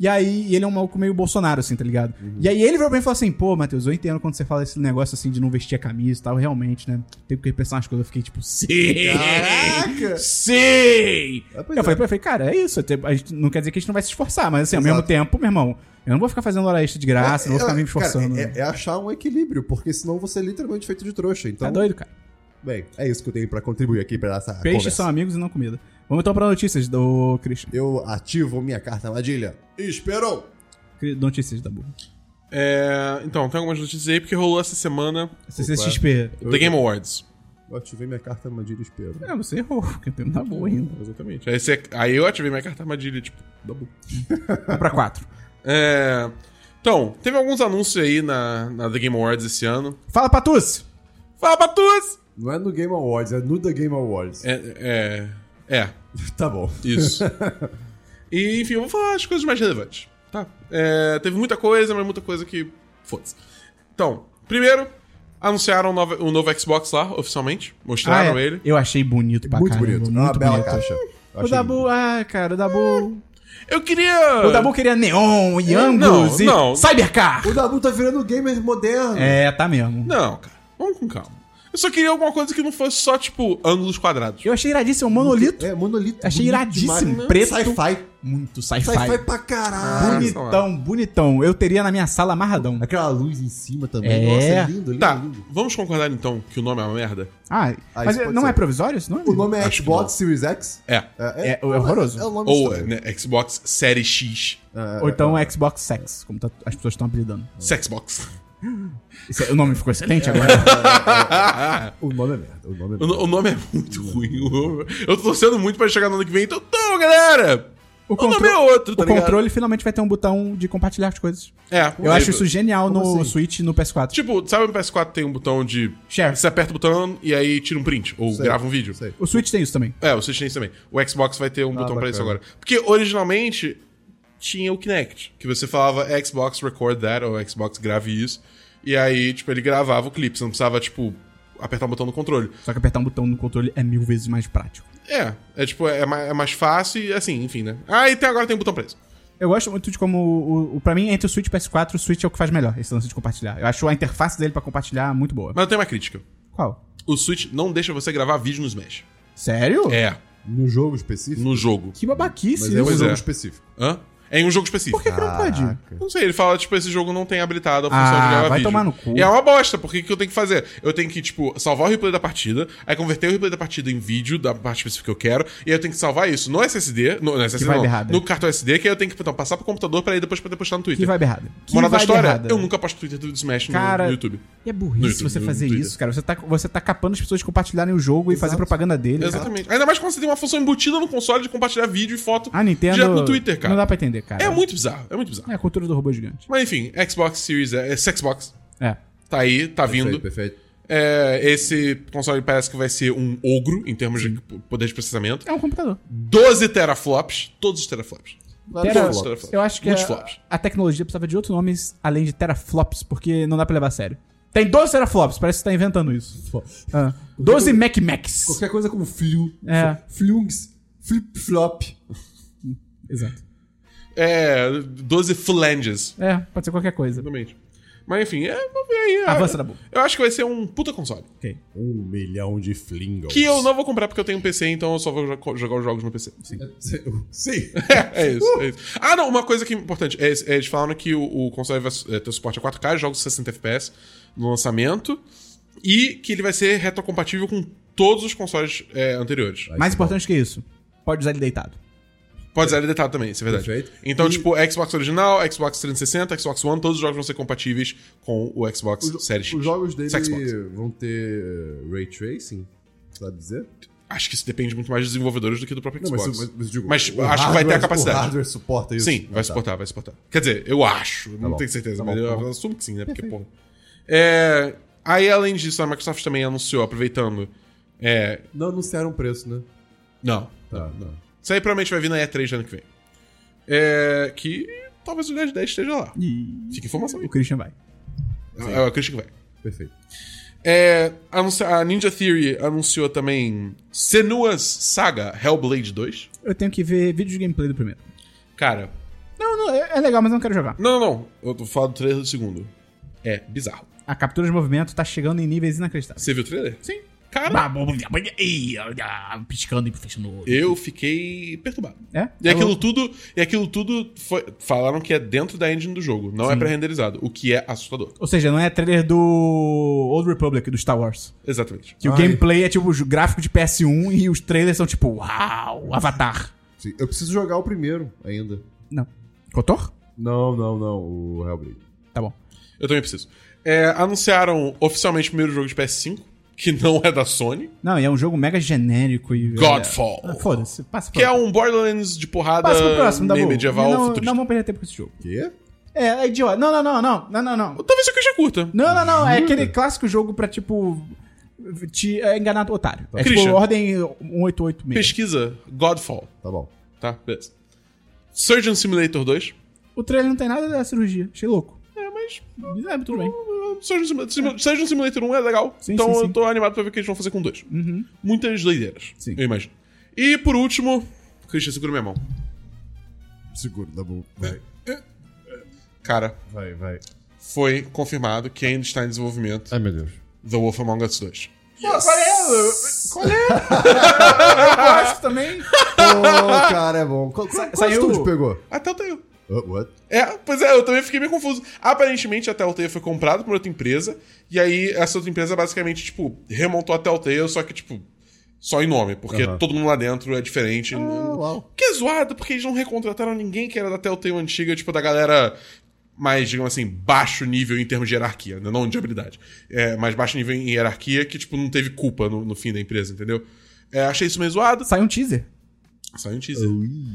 A: E aí, e ele é um maluco meio Bolsonaro, assim, tá ligado?
B: Uhum.
A: E aí ele virou pra mim e falou assim, pô, Matheus, eu entendo quando você fala esse negócio assim de não vestir a camisa e tal, realmente, né? Tem que repensar umas coisas, eu fiquei tipo, sim!
B: Caraca!
A: Sim!
B: Ah, pois
A: Eu falei,
B: é.
A: pra ele, eu falei, cara, é isso. A gente, não quer dizer que a gente não vai se esforçar, mas assim, ao
B: Exato.
A: mesmo tempo, meu irmão, eu não vou ficar fazendo hora extra de graça, não vou ficar me esforçando.
B: Cara,
A: né?
B: é, é achar um equilíbrio, porque senão você é literalmente feito de trouxa. Então,
A: Tá doido, cara.
B: bem, é isso que eu tenho pra contribuir aqui pra essa
A: Peixes
B: conversa.
A: são amigos e não comida. Vamos então pra notícias do Christian.
B: Eu ativo minha carta armadilha. Esperou!
A: Cri- Notícias da burra.
C: É, então, tem algumas notícias aí, porque rolou essa semana
A: CCXP.
C: The Game Awards.
B: Eu ativei minha carta armadilha e espero.
A: É, você errou, porque tem na boa ainda.
C: Exatamente. Aí, você- aí eu ativei minha carta armadilha, tipo, da boca.
A: Vai pra quatro.
C: É, então, teve alguns anúncios aí na, na The Game Awards esse ano.
A: Fala, Patus!
C: Fala, Batus!
B: Não é no Game Awards, é no The Game Awards.
C: É, é, é,
B: Tá bom.
C: isso. e, enfim, eu vou falar as coisas mais relevantes. Tá? É, teve muita coisa, mas muita coisa que. Foda-se. Então, primeiro, anunciaram o nova- o novo Xbox lá, oficialmente. Mostraram
A: Ah, é.
C: ele.
A: Eu achei bonito pra
B: muito
A: caramba,
B: bonito. é uma
A: Muito
B: bela
A: bonito.
B: caixa. Eu
A: O
B: achei
A: Dabu, ah, cara, o Dabu.
C: Eu queria.
A: O Dabu queria neon e
C: Não,
A: ângulos e
C: não.
A: cybercar.
B: O Dabu tá virando gamer moderno.
A: É, tá mesmo.
C: Não, cara, vamos com calma. Eu só queria alguma coisa que não fosse só, tipo, ângulos quadrados.
A: Eu achei iradíssimo, um monolito.
B: É, monolito.
A: Achei
B: bonito
A: iradíssimo.
B: demais.
A: Preto.
B: Sci-fi.
A: é, Muito sci-fi. Ah.
B: Sci-fi Ah, é. pra caralho.
A: bonitão, bonitão. Eu teria na minha sala amarradão.
B: Aquela luz em cima também.
A: É.
B: Nossa, lindo, lindo,
C: Tá,
B: lindo.
C: vamos concordar então que o nome é uma merda?
A: Ah,
B: Ah,
A: mas
B: isso pode
A: não é
B: ser.
A: provisório isso? Não é?
B: O nome é
C: Acho
B: Xbox Series X?
C: É.
A: É, é horroroso.
B: É o nome
C: Ou
B: estranho.
C: né, Xbox Série X.
B: É,
A: Ou então é Xbox Sex, como tá- as pessoas estão apelidando.
C: É. Sexbox.
A: Esse é- o nome ficou excelente agora.
B: O nome é merda. O nome é merda.
C: O, no- o nome é muito ruim. Eu- Eu tô torcendo muito pra chegar no ano que vem. Então, então galera!
A: O,
C: O
A: contro-
C: nome é outro, tá
A: o
C: ligado?
A: controle finalmente vai ter um botão de compartilhar as coisas.
C: É,
A: Eu acho isso genial
B: Como
A: no
B: assim?
A: Switch e no PS4.
C: Tipo, sabe no PS4 tem um botão de.
A: Share.
C: Você aperta o botão e aí tira um print. Ou
B: Sei,
C: grava um vídeo.
B: sei.
A: O Switch tem isso também.
C: É, o Switch tem isso também. O Xbox vai ter um botão pra
B: bacana.
C: isso agora. Porque originalmente tinha o Kinect, que você falava Xbox record that ou Xbox grave isso. E aí, tipo, ele gravava o clipe. Você não precisava, tipo, apertar o botão do controle.
A: Só que apertar um botão no controle é mil vezes mais prático.
C: É, é tipo, é, ma- é mais fácil e assim, enfim, né? Ah, e tem, agora tem botão pra isso.
A: Eu gosto muito de como. O, o, pra mim, entre o Switch e o PS4, o Switch é o que faz melhor esse lance de compartilhar. Eu acho a interface dele pra compartilhar muito boa.
C: Mas eu tenho uma crítica.
A: Qual?
C: O Switch não deixa você gravar vídeo no Smash.
A: Sério?
C: É,
B: No jogo específico?
C: no jogo.
A: Que babaquice
B: Mas
A: isso.
B: é um
C: Pois
B: jogo
C: é.
B: específico.
C: Hã? É em um jogo específico.
A: Por que, que não pode?
B: Caraca.
C: Não sei, ele fala, tipo, esse jogo não tem habilitado a função
A: Ah,
C: de gravar
A: vai
C: vídeo.
A: tomar no cu.
C: E é uma bosta, porque o que eu tenho que fazer? Eu tenho que, tipo, salvar o replay da partida, aí converter o replay da partida em vídeo da parte específica que eu quero, e aí eu tenho que salvar isso no SSD, no, no SSD
A: vibe
C: não,
A: errada.
C: no cartão SD, que aí eu tenho que então, passar pro computador pra aí depois poder postar no
A: Que
C: Twitter.
A: vibe errada. Que
C: Moral da
A: vibe
C: história,
A: errada.
C: eu nunca posto Twitter do Smash no-
A: Cara,
C: no YouTube.
A: E é
C: No
A: burrice
C: YouTube,
A: você
C: no
A: fazer
C: Twitter.
A: isso, cara. Você tá, você tá capando as pessoas de compartilharem o jogo e fazer propaganda dele. cara.
C: Exatamente. Ainda mais quando você tem uma função embutida no console de compartilhar vídeo e foto
A: A Ah, Nintendo.
C: direto no Twitter, cara.
A: Não dá pra entender, cara.
C: É muito bizarro, é muito bizarro.
A: É a cultura do robô gigante.
C: Mas enfim, Xbox Series, é, é Xbox,
A: É.
C: tá aí, tá vindo.
B: Perfeito, perfeito.
C: É, esse console parece que vai ser um ogro em termos de poder de processamento.
A: É um computador.
C: 12 teraflops, todos os teraflops.
B: Vários
A: Tera-
B: jogos.
C: teraflops.
A: Eu acho que a,
C: Muitos flops.
A: a tecnologia precisava de outros nomes além de teraflops, porque não dá pra levar a sério. Tem 12 teraflops, parece que você tá inventando isso. Ah, 12 Mac Macs.
B: Qualquer coisa como flu,
A: É.
B: fl- flungs, flip-flop.
A: Exato.
C: É, 12 flanges.
A: É, pode ser qualquer coisa.
C: Exatamente. Mas enfim, é, vamos ver aí.
A: Avança,
C: eu,
A: Dabu.
C: eu acho que vai ser um puta console.
A: Ok.
B: Um milhão de flingos.
C: Que eu não vou comprar porque eu tenho um PC, então eu só vou jo- jogar os jogos no PC.
B: Sim.
C: É, é isso, é isso. Ah, não, uma coisa que é importante. É, é, eles falaram que o, o console vai é, ter suporte a 4K, jogos 60 FPS no lançamento. E que ele vai ser retrocompatível com todos os consoles é, anteriores.
A: Mais importante que isso, pode usar ele deitado.
C: Pode usar ele deitado também, isso é verdade.
B: Perfeito.
C: Então,
B: E-
C: tipo, Xbox original, Xbox 360, Xbox One, todos os jogos vão ser compatíveis com o Xbox
B: Os,
C: Series X.
B: os jogos dele
C: Xbox.
B: vão ter eh, ray tracing? Sabe dizer?
C: Acho que isso depende muito mais dos desenvolvedores do que do próprio Xbox.
B: digo,
C: Mas
B: o
C: acho que vai ter a capacidade.
B: O hardware suporta isso.
C: Sim,
B: Ah,
C: vai
B: tá.
C: suportar, vai suportar. Quer dizer, eu acho, não
B: bom.
C: tenho certeza,
B: Tá
C: mas
B: bom,
C: eu
B: tá bom.
C: assumo que sim, né? Porque, porra. É, aí, além disso, a Microsoft também anunciou, aproveitando. É.
B: Não anunciaram o preço, né?
C: Não.
B: Tá, não.
C: Isso aí provavelmente vai vir na E3 do ano que vem. É. Que talvez o 1010 esteja lá.
A: E
C: Fica informação aí.
A: o Christian vai.
C: É o Christian que vai.
B: Perfeito.
C: É, anunci- a Ninja Theory anunciou também Senua's Saga Hellblade 2.
A: Eu tenho que ver vídeo de gameplay do primeiro.
C: Cara,
A: Não, não, é é legal, mas eu não quero jogar.
C: não, não, não. Eu tô falando do trailer do segundo. É bizarro.
A: A captura de movimento tá chegando em níveis inacreditáveis.
C: Você viu o trailer?
A: Sim.
C: Cara,
A: Cara. Piscando e fechando o olho.
C: eu fiquei perturbado.
A: É?
C: E aquilo tudo, e aquilo tudo foi- falaram que é dentro da engine do jogo, não é pré-renderizado, o que é assustador.
A: Ou seja, não é trailer do Old Republic, do Star Wars.
C: Exatamente.
A: Que o
B: Ai.
A: gameplay é tipo o gráfico de PS1 e os trailers são tipo, uau, Avatar.
B: Sim, Eu preciso jogar o primeiro ainda.
A: Não. Cotor?
B: Não, não, não, o Hellblade.
A: Tá bom.
C: Eu também preciso. É, anunciaram oficialmente o primeiro jogo de PS5, que não é da Sony,
A: Não, e é um jogo mega genérico e.
C: Godfall.
A: Ah, Foda-se, passa pro
C: que é um Borderlands de porrada
A: Passa pro próximo, Dabu.
C: meio medieval
A: não,
C: futurista.
A: não vamos perder tempo com esse jogo.
B: Quê?
A: É, é idiota. Não, não, não, não, não, não, não.
C: Talvez eu já curta.
A: Não, não, não. É aquele clássico jogo pra, tipo, te é, enganar o otário. É
C: Christian.
A: tipo ordem 1886.
C: Pesquisa Godfall,
B: Tá bom.
C: tá? Beleza. Surgeon Simulator 2.
A: O trailer não tem nada da cirurgia. Achei louco.
C: É, mas
A: Mas É, tudo bem.
C: uh, Surgeon Simulator, Simu- Surgeon Simulator 1 é legal,
A: Sim,
C: então
A: sim, sim. Uhum.
C: eu tô animado pra ver o que eles vão fazer com o 2. Muitas doideiras,
A: Sim.
C: eu imagino. E por último, Christian, segura minha mão. É.
B: Seguro, tá bom. Vai,
C: Cara,
B: vai, vai.
C: foi confirmado que ainda está em desenvolvimento
B: Ai, meu Deus.
C: The Wolf Among Us 2.
A: Pô, qual é? Qual é? Eu gosto também.
B: Ô, cara, é bom. Qual, qual, qual
A: saiu-
B: estúdio pegou?
C: Até o Tail.
B: Uh, what?
C: É, pois é, eu também fiquei meio confuso. Aparentemente a Telltale foi comprada por outra empresa, e aí essa outra empresa basicamente, tipo, remontou a Telltale, só que, tipo, só em nome, porque
B: Aham.
C: todo mundo lá dentro é diferente.
B: Ah,
A: Ah,
B: uau.
C: Que é zoado, porque eles não recontrataram ninguém que era da Telltale antiga, tipo, da galera mais, digamos assim, baixo nível em termos de hierarquia, né? não de habilidade, é, mas baixo nível em hierarquia, que, tipo, não teve culpa no, no fim da empresa, entendeu? É, achei isso meio zoado.
A: Saiu um teaser.
C: Saiu um teaser.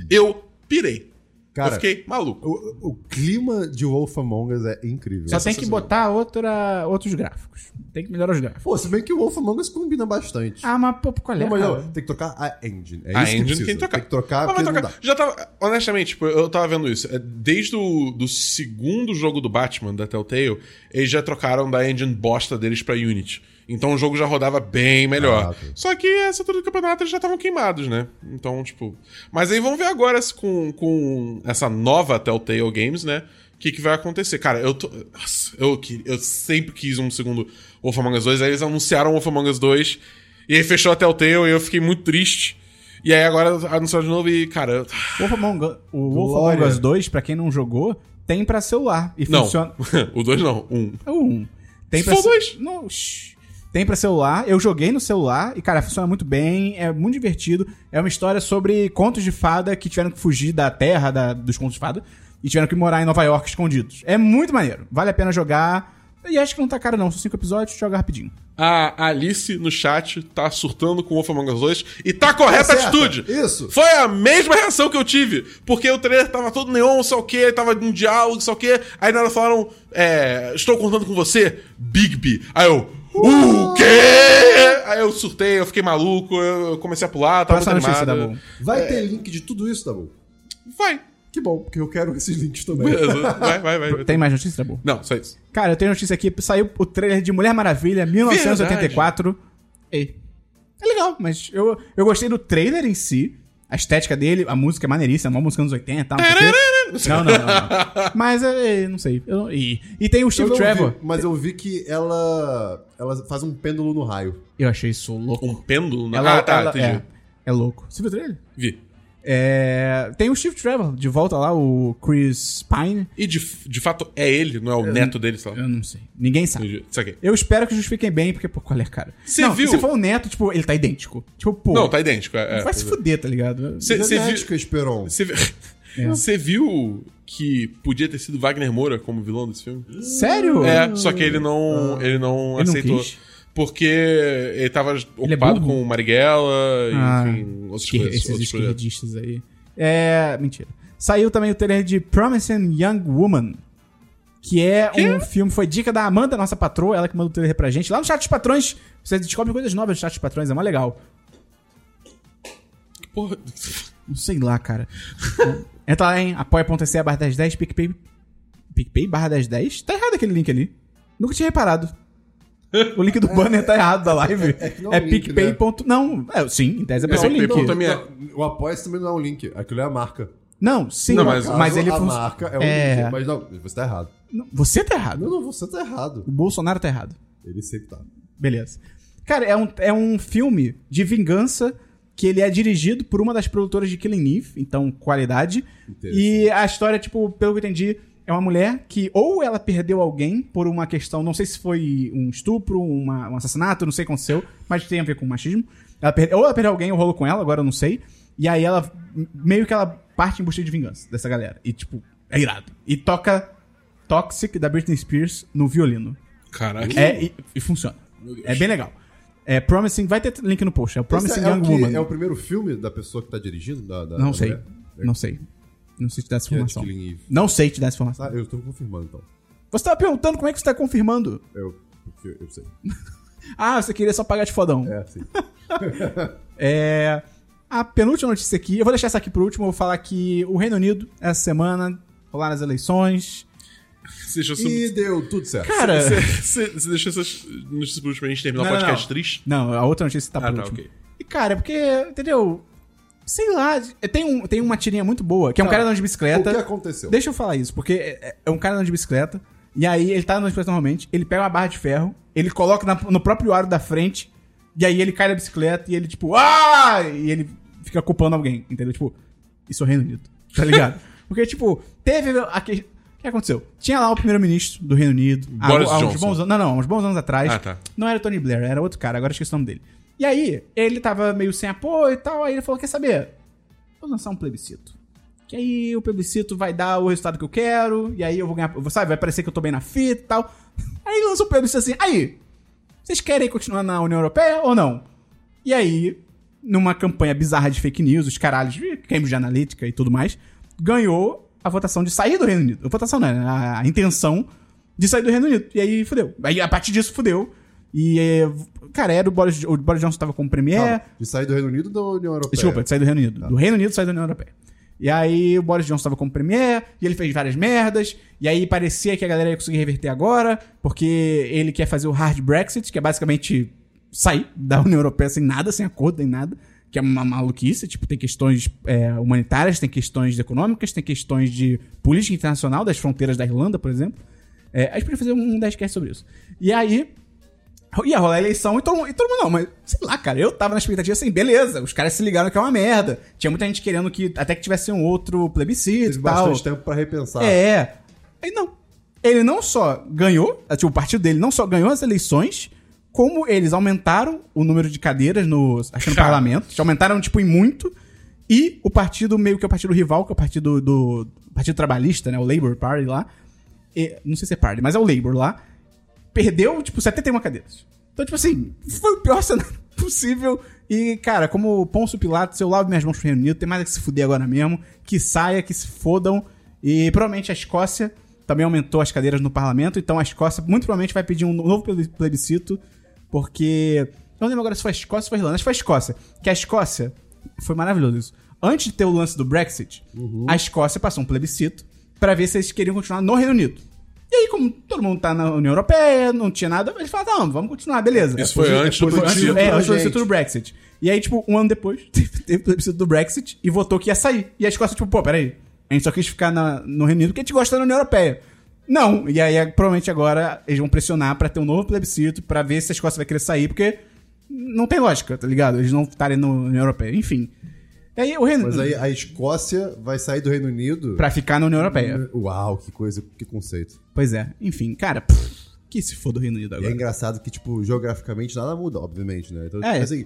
C: Eu pirei. eu
B: Oh. Cara,
C: fiquei maluco.
B: o, o clima de Wolf Among Us é incrível.
A: Só tem que botar outra, outros gráficos. Tem que melhorar os gráficos.
B: Pô, se bem que o Wolf Among Us combina bastante.
A: Ah, mas pô, qual é?
B: não, mas
A: cara?
B: não, tem que trocar a engine. É
C: Ah, a
B: isso que
C: engine
B: precisa.
C: tem que trocar.
B: Tem que trocar
C: Mas vai
B: porque não
C: trocar.
B: dá.
C: Já tava. Honestamente, tipo, eu tava vendo isso. É, Desde o do segundo jogo do Batman, da Telltale, eles já trocaram da engine bosta deles pra Unity. Então o jogo já rodava bem melhor.
B: Ah, tá.
C: Só que essa altura do campeonato eles já estavam queimados, né? Então, tipo. Mas aí vamos ver agora se com, com essa nova Telltale Games, né? O que, que vai acontecer? Cara, eu tô. Nossa, eu, que- eu sempre quis um segundo Wolf Among Us 2, aí eles anunciaram Wolf Among Us 2, e aí fechou a Telltale e eu fiquei muito triste. E aí agora anunciaram de novo e, cara. eu-
A: Wolf Among Us- o Wolf
B: Glória.
A: Among Us 2, pra quem não jogou, tem pra celular. E
C: Não.
A: funciona.
C: o 2 não, um.
A: É o um. Tem
C: Se
A: pra
C: for
A: ce-
C: dois.
A: Não, shh. Tem pra celular. Eu joguei no celular e, cara, funciona muito bem. É muito divertido. É uma história sobre contos de fada que tiveram que fugir da terra da- dos contos de fada e tiveram que morar em Nova York escondidos. É muito maneiro. Vale a pena jogar. E acho que não tá caro, não. São cinco episódios, joga rapidinho.
C: A Alice no chat tá surtando com o Wolf Among Us 2 e tá correta a
B: Certa.
C: atitude.
B: Isso.
C: Foi a mesma reação que eu tive, porque o trailer tava todo neon, sei o que, tava num diálogo, sei o que, aí na hora falaram, é, estou contando com você, Bigby. Aí eu, o quê? Aí eu surtei, eu fiquei maluco, eu comecei a pular, tava
A: Passa é a
C: muito
A: notícia,
C: animado.
A: Dabu.
B: Vai
C: É.
B: ter link de tudo isso, tá bom?
C: Vai,
B: Que bom, porque eu quero esses links também.
C: beleza, vai, vai, vai. vai.
A: Tem mais notícia, Dabu?
C: Não, só isso.
A: Cara, eu tenho notícia aqui. Saiu o trailer de Mulher Maravilha, 1984. E... É legal, mas eu, eu gostei do trailer em si. A estética dele, a música é maneiríssima, uma música dos anos 80, tal, não sei o quê. Não, não, não. não. Mas, é, não sei. Eu não- e, e tem o
B: Eu
A: Steve
B: não
A: Trevor.
B: vi, mas eu vi que ela ela faz um pêndulo no raio.
A: Eu achei isso louco.
C: Um pêndulo? na-
A: Ela-
C: ah, tá,
A: ela-
C: entendi.
A: É, é louco. Você viu o trailer?
C: Vi.
A: É, tem o Steve Trevor de volta lá, o Chris Pine.
C: E de, de fato é ele, não é o neto dele, sei lá.
A: Eu não sei. Ninguém sabe.
C: Entendi. Isso aqui.
A: Eu espero que justifiquem bem, porque, pô, qual é, cara?
C: Você
A: não,
C: viu?
A: Se for o neto, tipo, ele tá idêntico. Tipo, pô.
C: Não, tá idêntico. é, é.
A: Vai se fuder, tá ligado?
C: Cê- cê viu-
B: Genética, Esperon.
C: Você viu...
A: É.
C: Você viu que podia ter sido Wagner Moura como vilão desse filme?
A: Sério?
C: É, só que ele não, ele não
A: Ah. Ele não
C: aceitou.
A: quis? é
C: porque ele tava ocupado
A: burro?
C: com Marighella,
A: Ah,
C: enfim, outras
A: Esquer-
C: coisas.
A: esses
C: outros projetos.
A: esquerdistas aí. É. Mentira. Saiu também o trailer de Promising Young Woman. Que é um filme, foi dica da Amanda, nossa patroa, ela que mandou o trailer pra gente. Lá no Chat dos Patrões, você descobre coisas novas do Chat dos Patrões, é mó legal.
C: Porra.
A: Não sei lá, cara. Entra lá em apoia.se barra 1010, PicPay. PicPay barra 1010? Tá errado aquele link ali. Nunca tinha reparado. O link do banner tá errado da live.
B: é que não é
A: É
B: um link,
A: picpay.
B: né?
A: ponto- Não, é, sim, em tese é pra
C: Não,
A: ser o link.
C: picpay ponto- também é.
B: não, o apoia também não é um link. Aquilo é a marca.
A: Não, sim,
C: Não,
A: mas,
C: mas-
B: Caso,
A: ele
B: a
A: funciona.
B: marca é um
A: É.
B: link. Mas não, você tá errado.
A: Você tá errado.
B: Não, não, você tá errado.
A: O Bolsonaro tá errado.
B: Ele sempre tá.
A: Beleza. Cara, é um, é um filme de vingança que ele é dirigido por uma das produtoras de Killing Eve, então qualidade. E a história, tipo, pelo que eu entendi, é uma mulher que ou ela perdeu alguém por uma questão, não sei se foi um estupro, uma- um assassinato, não sei o que aconteceu, mas tem a ver com machismo. Ela perde- ou ela perdeu alguém, ou rolou com ela, agora eu não sei. E aí ela, meio que ela parte em busca de vingança dessa galera. E, tipo, é irado. E toca Toxic, da Britney Spears, no violino.
C: Caraca.
A: É, e, e funciona. É bem legal. É Promising, vai ter link no post. É o Promising
B: Esse é,
A: Young
B: o que-
A: Woman.
B: é o primeiro filme da pessoa que é, tá dirigindo? Da, da-
A: Não
B: da
A: sei.
B: mulher?
A: Não sei. Não sei te dar essa
B: Que é de
A: informação.
B: Killing Eve.
A: Não sei te dar essa informação.
B: Ah, eu tô confirmando então.
A: Você tava perguntando como é que você tá confirmando.
B: Eu, porque eu sei.
A: Ah, você queria só pagar de fodão.
B: É, sim.
A: É, A penúltima notícia aqui, eu vou deixar essa aqui por último, eu vou falar que o Reino Unido, essa semana, rolaram as eleições.
C: Você deixou,
B: E
C: essa-
B: deu tudo certo.
A: Cara.
C: você, você, você deixou essas notícias por último pra gente terminar
A: Não,
C: o
A: não,
C: podcast
A: não.
C: triste?
A: Não, a outra notícia tá por
C: Ah, tá,
A: último.
C: ok.
A: E cara, é porque, entendeu? Sei lá, tem, um, tem uma tirinha muito boa, que é um
B: Cara,
A: cara andando de
B: Tá. O
A: bicicleta.
B: que aconteceu?
A: Deixa eu falar isso, porque é- é- é um cara andando de bicicleta, e aí ele tá andando de bicicleta normalmente, ele pega uma barra de ferro, ele coloca na- no próprio aro da frente, e aí ele cai da bicicleta e ele, tipo, ah! E ele fica culpando alguém, entendeu? Tipo, isso é o Reino Unido, tá ligado? porque, tipo, teve aquele. O que aconteceu? Tinha lá o primeiro-ministro do Reino Unido. há-
C: Boris
A: há uns
C: Johnson.
A: bons anos- não, não, há uns bons anos atrás.
C: Ah, tá.
A: Não era o Tony Blair, era outro cara, agora eu esqueci o nome dele. E aí, ele tava meio sem apoio e tal, aí ele falou: quer saber? Vou lançar um plebiscito. Que aí o plebiscito vai dar o resultado que eu quero, e aí eu vou ganhar. Sabe, vai parecer que eu tô bem na fita e tal. Aí ele lançou o plebiscito assim, aí, vocês querem continuar na União Europeia ou não? E aí, numa campanha bizarra de fake news, os caralhos, ih, Cambridge Analytica e tudo mais, ganhou a votação de sair do Reino Unido. A votação não, né? a, a intenção de sair do Reino Unido. E aí fudeu. Aí a partir disso fudeu. E, eh, cara, era o Boris, o Boris Johnson tava como premier.
B: Calma, De sair do Reino Unido ou da União Europeia?
A: É. Desculpa, de sair do Reino Unido. Do Reino Unido sair da União Europeia. E aí o Boris Johnson tava como premier, e ele fez várias merdas, e aí parecia que a galera ia conseguir reverter agora, porque ele quer fazer o hard Brexit, que é basicamente sair da União Europeia sem nada, sem acordo, nem nada, que é uma maluquice, tipo, tem questões é, humanitárias, tem questões econômicas, tem questões de política internacional, das fronteiras da Irlanda, por exemplo. É, a gente podia fazer um 10 sobre isso. E aí, Ia rolar a eleição e todo, mundo, e todo mundo não, mas sei lá, cara, eu tava na expectativa assim, beleza, os caras se ligaram que é uma merda. Tinha muita gente querendo que até que tivesse um outro plebiscito
B: Teve
A: e tal.
B: bastante tempo pra repensar.
A: É. Aí não. Ele não só ganhou, é, tipo, o partido dele não só ganhou as eleições, como eles aumentaram o número de cadeiras no, acho que no
C: Cara.
A: parlamento. Eles aumentaram, tipo, em muito. E o partido, meio que é o partido rival, que é o partido do. Partido Trabalhista, né? O Labour Party lá. E- não sei se é Party, mas é o Labour lá. Perdeu, tipo, 71 cadeiras. Então, tipo assim, foi o pior cenário possível. E, cara, como o Ponço Pilatos, eu lavo minhas mãos pro Reino Unido, tem mais é que se fuder agora mesmo. Que saia, que se fodam. E provavelmente a Escócia também aumentou as cadeiras no parlamento. Então a Escócia, muito provavelmente, vai pedir um novo pleb- plebiscito. Porque. Eu não lembro agora se foi a Escócia ou foi a Irlanda. Acho que foi a Escócia. Que a Escócia. Foi maravilhoso isso. Antes de ter o lance do Brexit,
C: Uhum.
A: a Escócia passou um plebiscito pra ver se eles queriam continuar no Reino Unido. E aí, como todo mundo tá na União Europeia, não tinha nada, eles falaram, não, vamos continuar, beleza.
C: Isso foi antes do
A: Foi antes do-
C: plebiscito.
A: é, antes
B: pra
A: do
B: gente.
A: plebiscito do Brexit. E aí, tipo, um ano depois, teve teve o plebiscito do Brexit e votou que ia sair. E a Escócia, tipo, pô, peraí, a gente só quis ficar na- no Reino Unido porque a gente gosta da União Europeia. Não, e aí é, provavelmente agora eles vão pressionar pra ter um novo plebiscito, pra ver se a Escócia vai querer sair, porque não tem lógica, tá ligado? Eles não estarem no- na União Europeia, enfim. E aí o Reino
B: Mas aí a Escócia vai sair do Reino Unido.
A: pra ficar na União Europeia.
B: Uau, que coisa, que conceito.
A: Pois é, enfim, cara, pff, que se for do Reino Unido
B: E é
A: agora.
B: engraçado que, tipo, geograficamente nada muda, obviamente, né? Então,
A: É.
B: assim,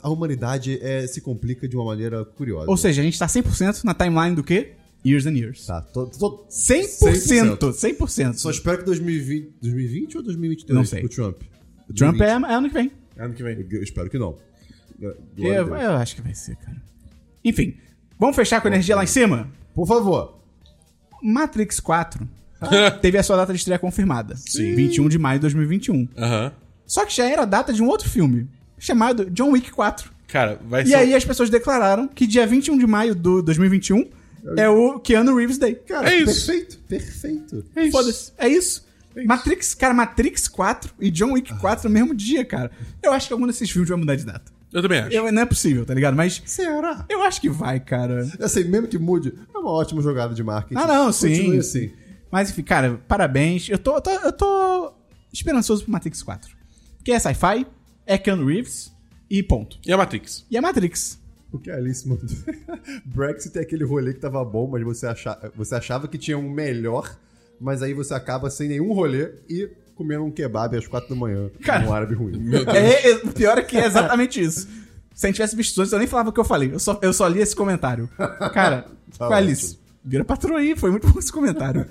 B: a humanidade é, se complica de uma maneira curiosa.
A: Ou seja, a gente tá 100% na timeline do quê? Years and Years.
B: tá, tô, tô-
A: 100%, 100%.
B: Só espero que 2020, 2020 ou 2022
A: Não sei.
B: o Trump.
A: Trump é, é ano que vem.
C: Ano que vem.
B: Eu, eu espero que não. É, Glória
A: Que é,
B: a
A: eu,
B: Deus.
A: eu acho que vai ser, cara. Enfim, vamos fechar com a energia lá em cima?
B: Por favor.
A: Matrix 4 teve a sua data de estreia confirmada. Sim. 21 de maio de 2021.
C: Aham.
A: Só que já era a data de um outro filme, chamado John Wick 4.
C: Cara, vai
A: E
C: ser.
A: aí as pessoas declararam que dia 21 de maio de 2021 é o Keanu Reeves Day.
B: Cara,
C: É isso.
B: perfeito, perfeito.
A: Foda-se. É isso.
C: É isso.
A: Matrix, cara, Matrix 4 e John Wick 4 no mesmo dia, cara. Eu acho que algum desses filmes vai mudar de data.
C: Eu também acho.
A: Eu, não é possível, tá ligado? Mas
B: Será?
A: eu acho que vai, cara.
B: Assim, mesmo que mude, é uma ótima jogada de marketing.
A: Ah, não, sim.
B: Continue assim.
A: Mas enfim, cara, parabéns. Eu tô, eu tô, eu tô esperançoso pro Matrix 4. Porque é sci-fi, é Keanu Reeves e ponto.
C: E a Matrix?
A: E é Matrix.
B: O que a Alice mandou. Brexit é aquele rolê que tava bom, mas você, acha- você achava que tinha um melhor, mas aí você acaba sem nenhum rolê e comendo um kebab às quatro da manhã
A: Cara.
B: num árabe ruim.
A: É, é- o pior é que é exatamente isso. Se a gente tivesse visto antes, eu nem falava o que eu falei. Eu só, eu só li esse comentário. Cara,
B: Tá
A: com a Alice. Vira patrão aí, foi muito bom esse comentário.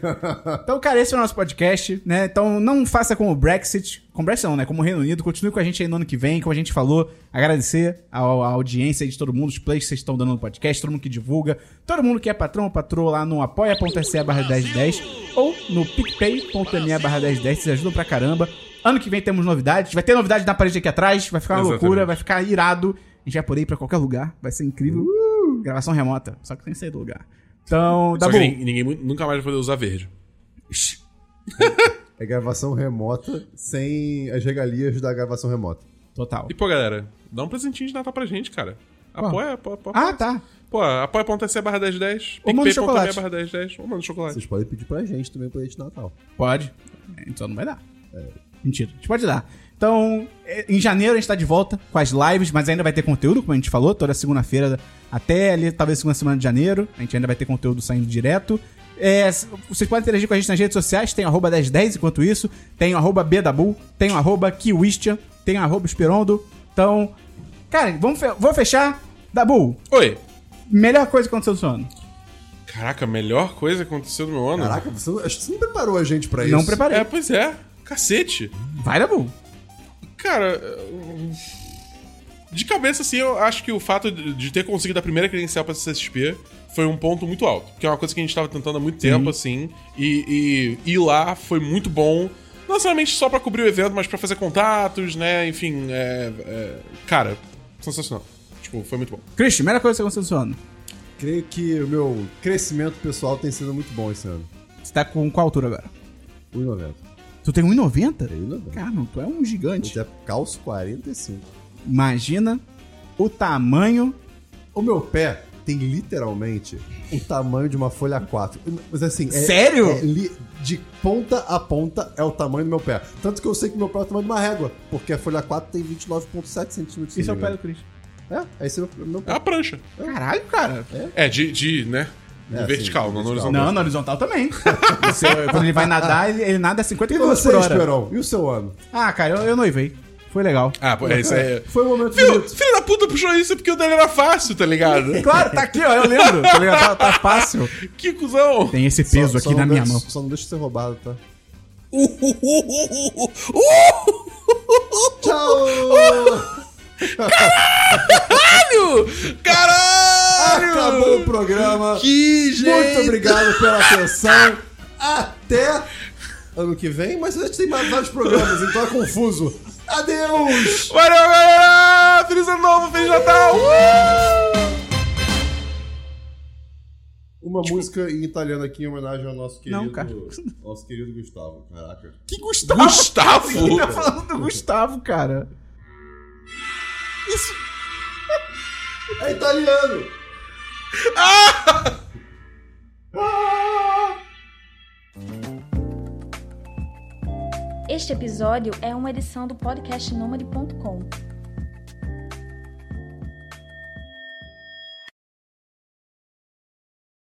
A: Então, cara, esse é o nosso podcast, né? Então não faça como o Brexit. Como o Brexit não, né? Como o Reino Unido. Continue com a gente aí no ano que vem, como a gente falou. Agradecer à, à audiência aí de todo mundo, os plays que vocês estão dando no podcast, todo mundo que divulga, todo mundo que é patrão ou patroa lá no apoia.se barra 1010 ou no picpay.me barra 1010, vocês ajudam pra caramba. Ano que vem temos novidades, vai ter novidade na parede aqui atrás, vai ficar uma
C: Exatamente.
A: loucura, vai ficar irado. A gente vai poder ir pra qualquer lugar, vai ser incrível. Gravação remota, só que tem que sair do lugar. Então, dá
C: Uh!
A: bom.
C: Só que ninguém, ninguém mu- nunca mais vai poder usar verde.
B: É gravação remota sem as regalias da gravação remota.
A: Total.
C: E pô, galera, dá um presentinho de Natal pra gente, cara. Apoia, apoia, apoia.
A: Ah, tá.
C: Pô, apoia.se barra 1010,
A: Ou manda chocolate.
C: barra 1010, ou manda chocolate.
B: Vocês podem pedir pra gente também pra gente Natal.
A: Pode. A gente só não vai dar. Mentira, a gente pode dar. Então, é, em janeiro a gente tá de volta com as lives, mas ainda vai ter conteúdo, como a gente falou, toda segunda-feira até ali, talvez segunda semana de janeiro. A gente ainda vai ter conteúdo saindo direto. É, s- vocês podem interagir com a gente nas redes sociais, tem o arroba 1010 enquanto isso, tem o arroba Bedabu, tem o arroba Kiwistian, tem o arroba Esperondo. Então, cara, vamos fe- vou fechar. Dabu,
C: Oi!
A: melhor coisa que aconteceu no seu ano.
C: Caraca, a melhor coisa que aconteceu no meu ano?
B: Caraca, você, acho que você não preparou a gente pra isso.
A: Não preparei.
C: É, pois é. Cacete.
A: Vai, Dabu.
C: Cara, eu- de cabeça, assim, eu acho que o fato de de ter conseguido a primeira credencial pra CSP foi um ponto muito alto. Que é uma coisa que a gente tava tentando há muito tempo, assim. E, e ir lá foi muito bom. Não necessariamente só pra cobrir o evento, mas pra fazer contatos, né? Enfim, é, é, cara, sensacional. Tipo, foi muito bom.
A: Christian, melhor coisa que aconteceu no seu ano.
B: Creio que o meu crescimento pessoal tem sido muito bom esse ano.
A: Você tá com qual altura agora?
B: 1,90.
A: Tu tem 1,90?
B: 1,90.
A: Caramba, tu é um gigante.
B: Eu até calço 45.
A: Então- Imagina o tamanho.
B: O meu pé tem literalmente o tamanho de uma folha 4. Mas assim. é-
A: Sério?
B: é li- de ponta a ponta é o tamanho do meu pé. Tanto que eu sei que meu pé é o tamanho de uma régua. Porque a folha 4 tem 29,7 centímetros.
A: Isso é
B: se
A: o
B: não
A: pé
B: me
A: do Ah, Christian.
B: engano. É, esse é o meu
C: É
B: pé.
C: uma prancha.
A: Caralho, cara.
C: É, de, de né?
B: É,
C: vertical,
B: sim,
C: não no
B: vertical.
C: horizontal.
A: Não, no horizontal também. Você- quando ele vai nadar, ele, ele nada a 50
B: E
A: km
B: você,
A: por hora.
B: Esperon? E o seu ano?
A: Ah, cara, eu, eu noivei. Foi legal.
C: Ah, pô, é, isso é.
B: Foi um momento
C: Filho,
B: bonito.
C: filho da puta puxou isso porque o dele era fácil, tá ligado?
A: Claro, tá aqui, ó, eu lembro. Tá, ligado? Tá- tá fácil. um
C: que cuzão!
A: Tem esse peso
B: Só- só
A: aqui na
B: não
A: minha
B: deixa-
A: mão.
B: Só não deixa de ser roubado, tá?
C: Uh, Caralho!
B: Tchau!
C: Caralho!
B: Acabou o programa.
C: Que gente!
B: Muito obrigado pela atenção. Até ano que vem, mas a gente tem mais vários programas, então é confuso. Adeus!
C: Valeu, galera! Feliz ano novo, feliz Natal! Uh!
B: Uma música em italiano aqui em homenagem ao nosso querido,
A: Não, cara.
B: nosso querido Gustavo. Caraca.
A: Que Gustavo? Ele tá
C: Gustavo!
A: falando do Gustavo, cara. Isso.
B: É italiano!
E: Este episódio é uma edição do podcast Nômade.com.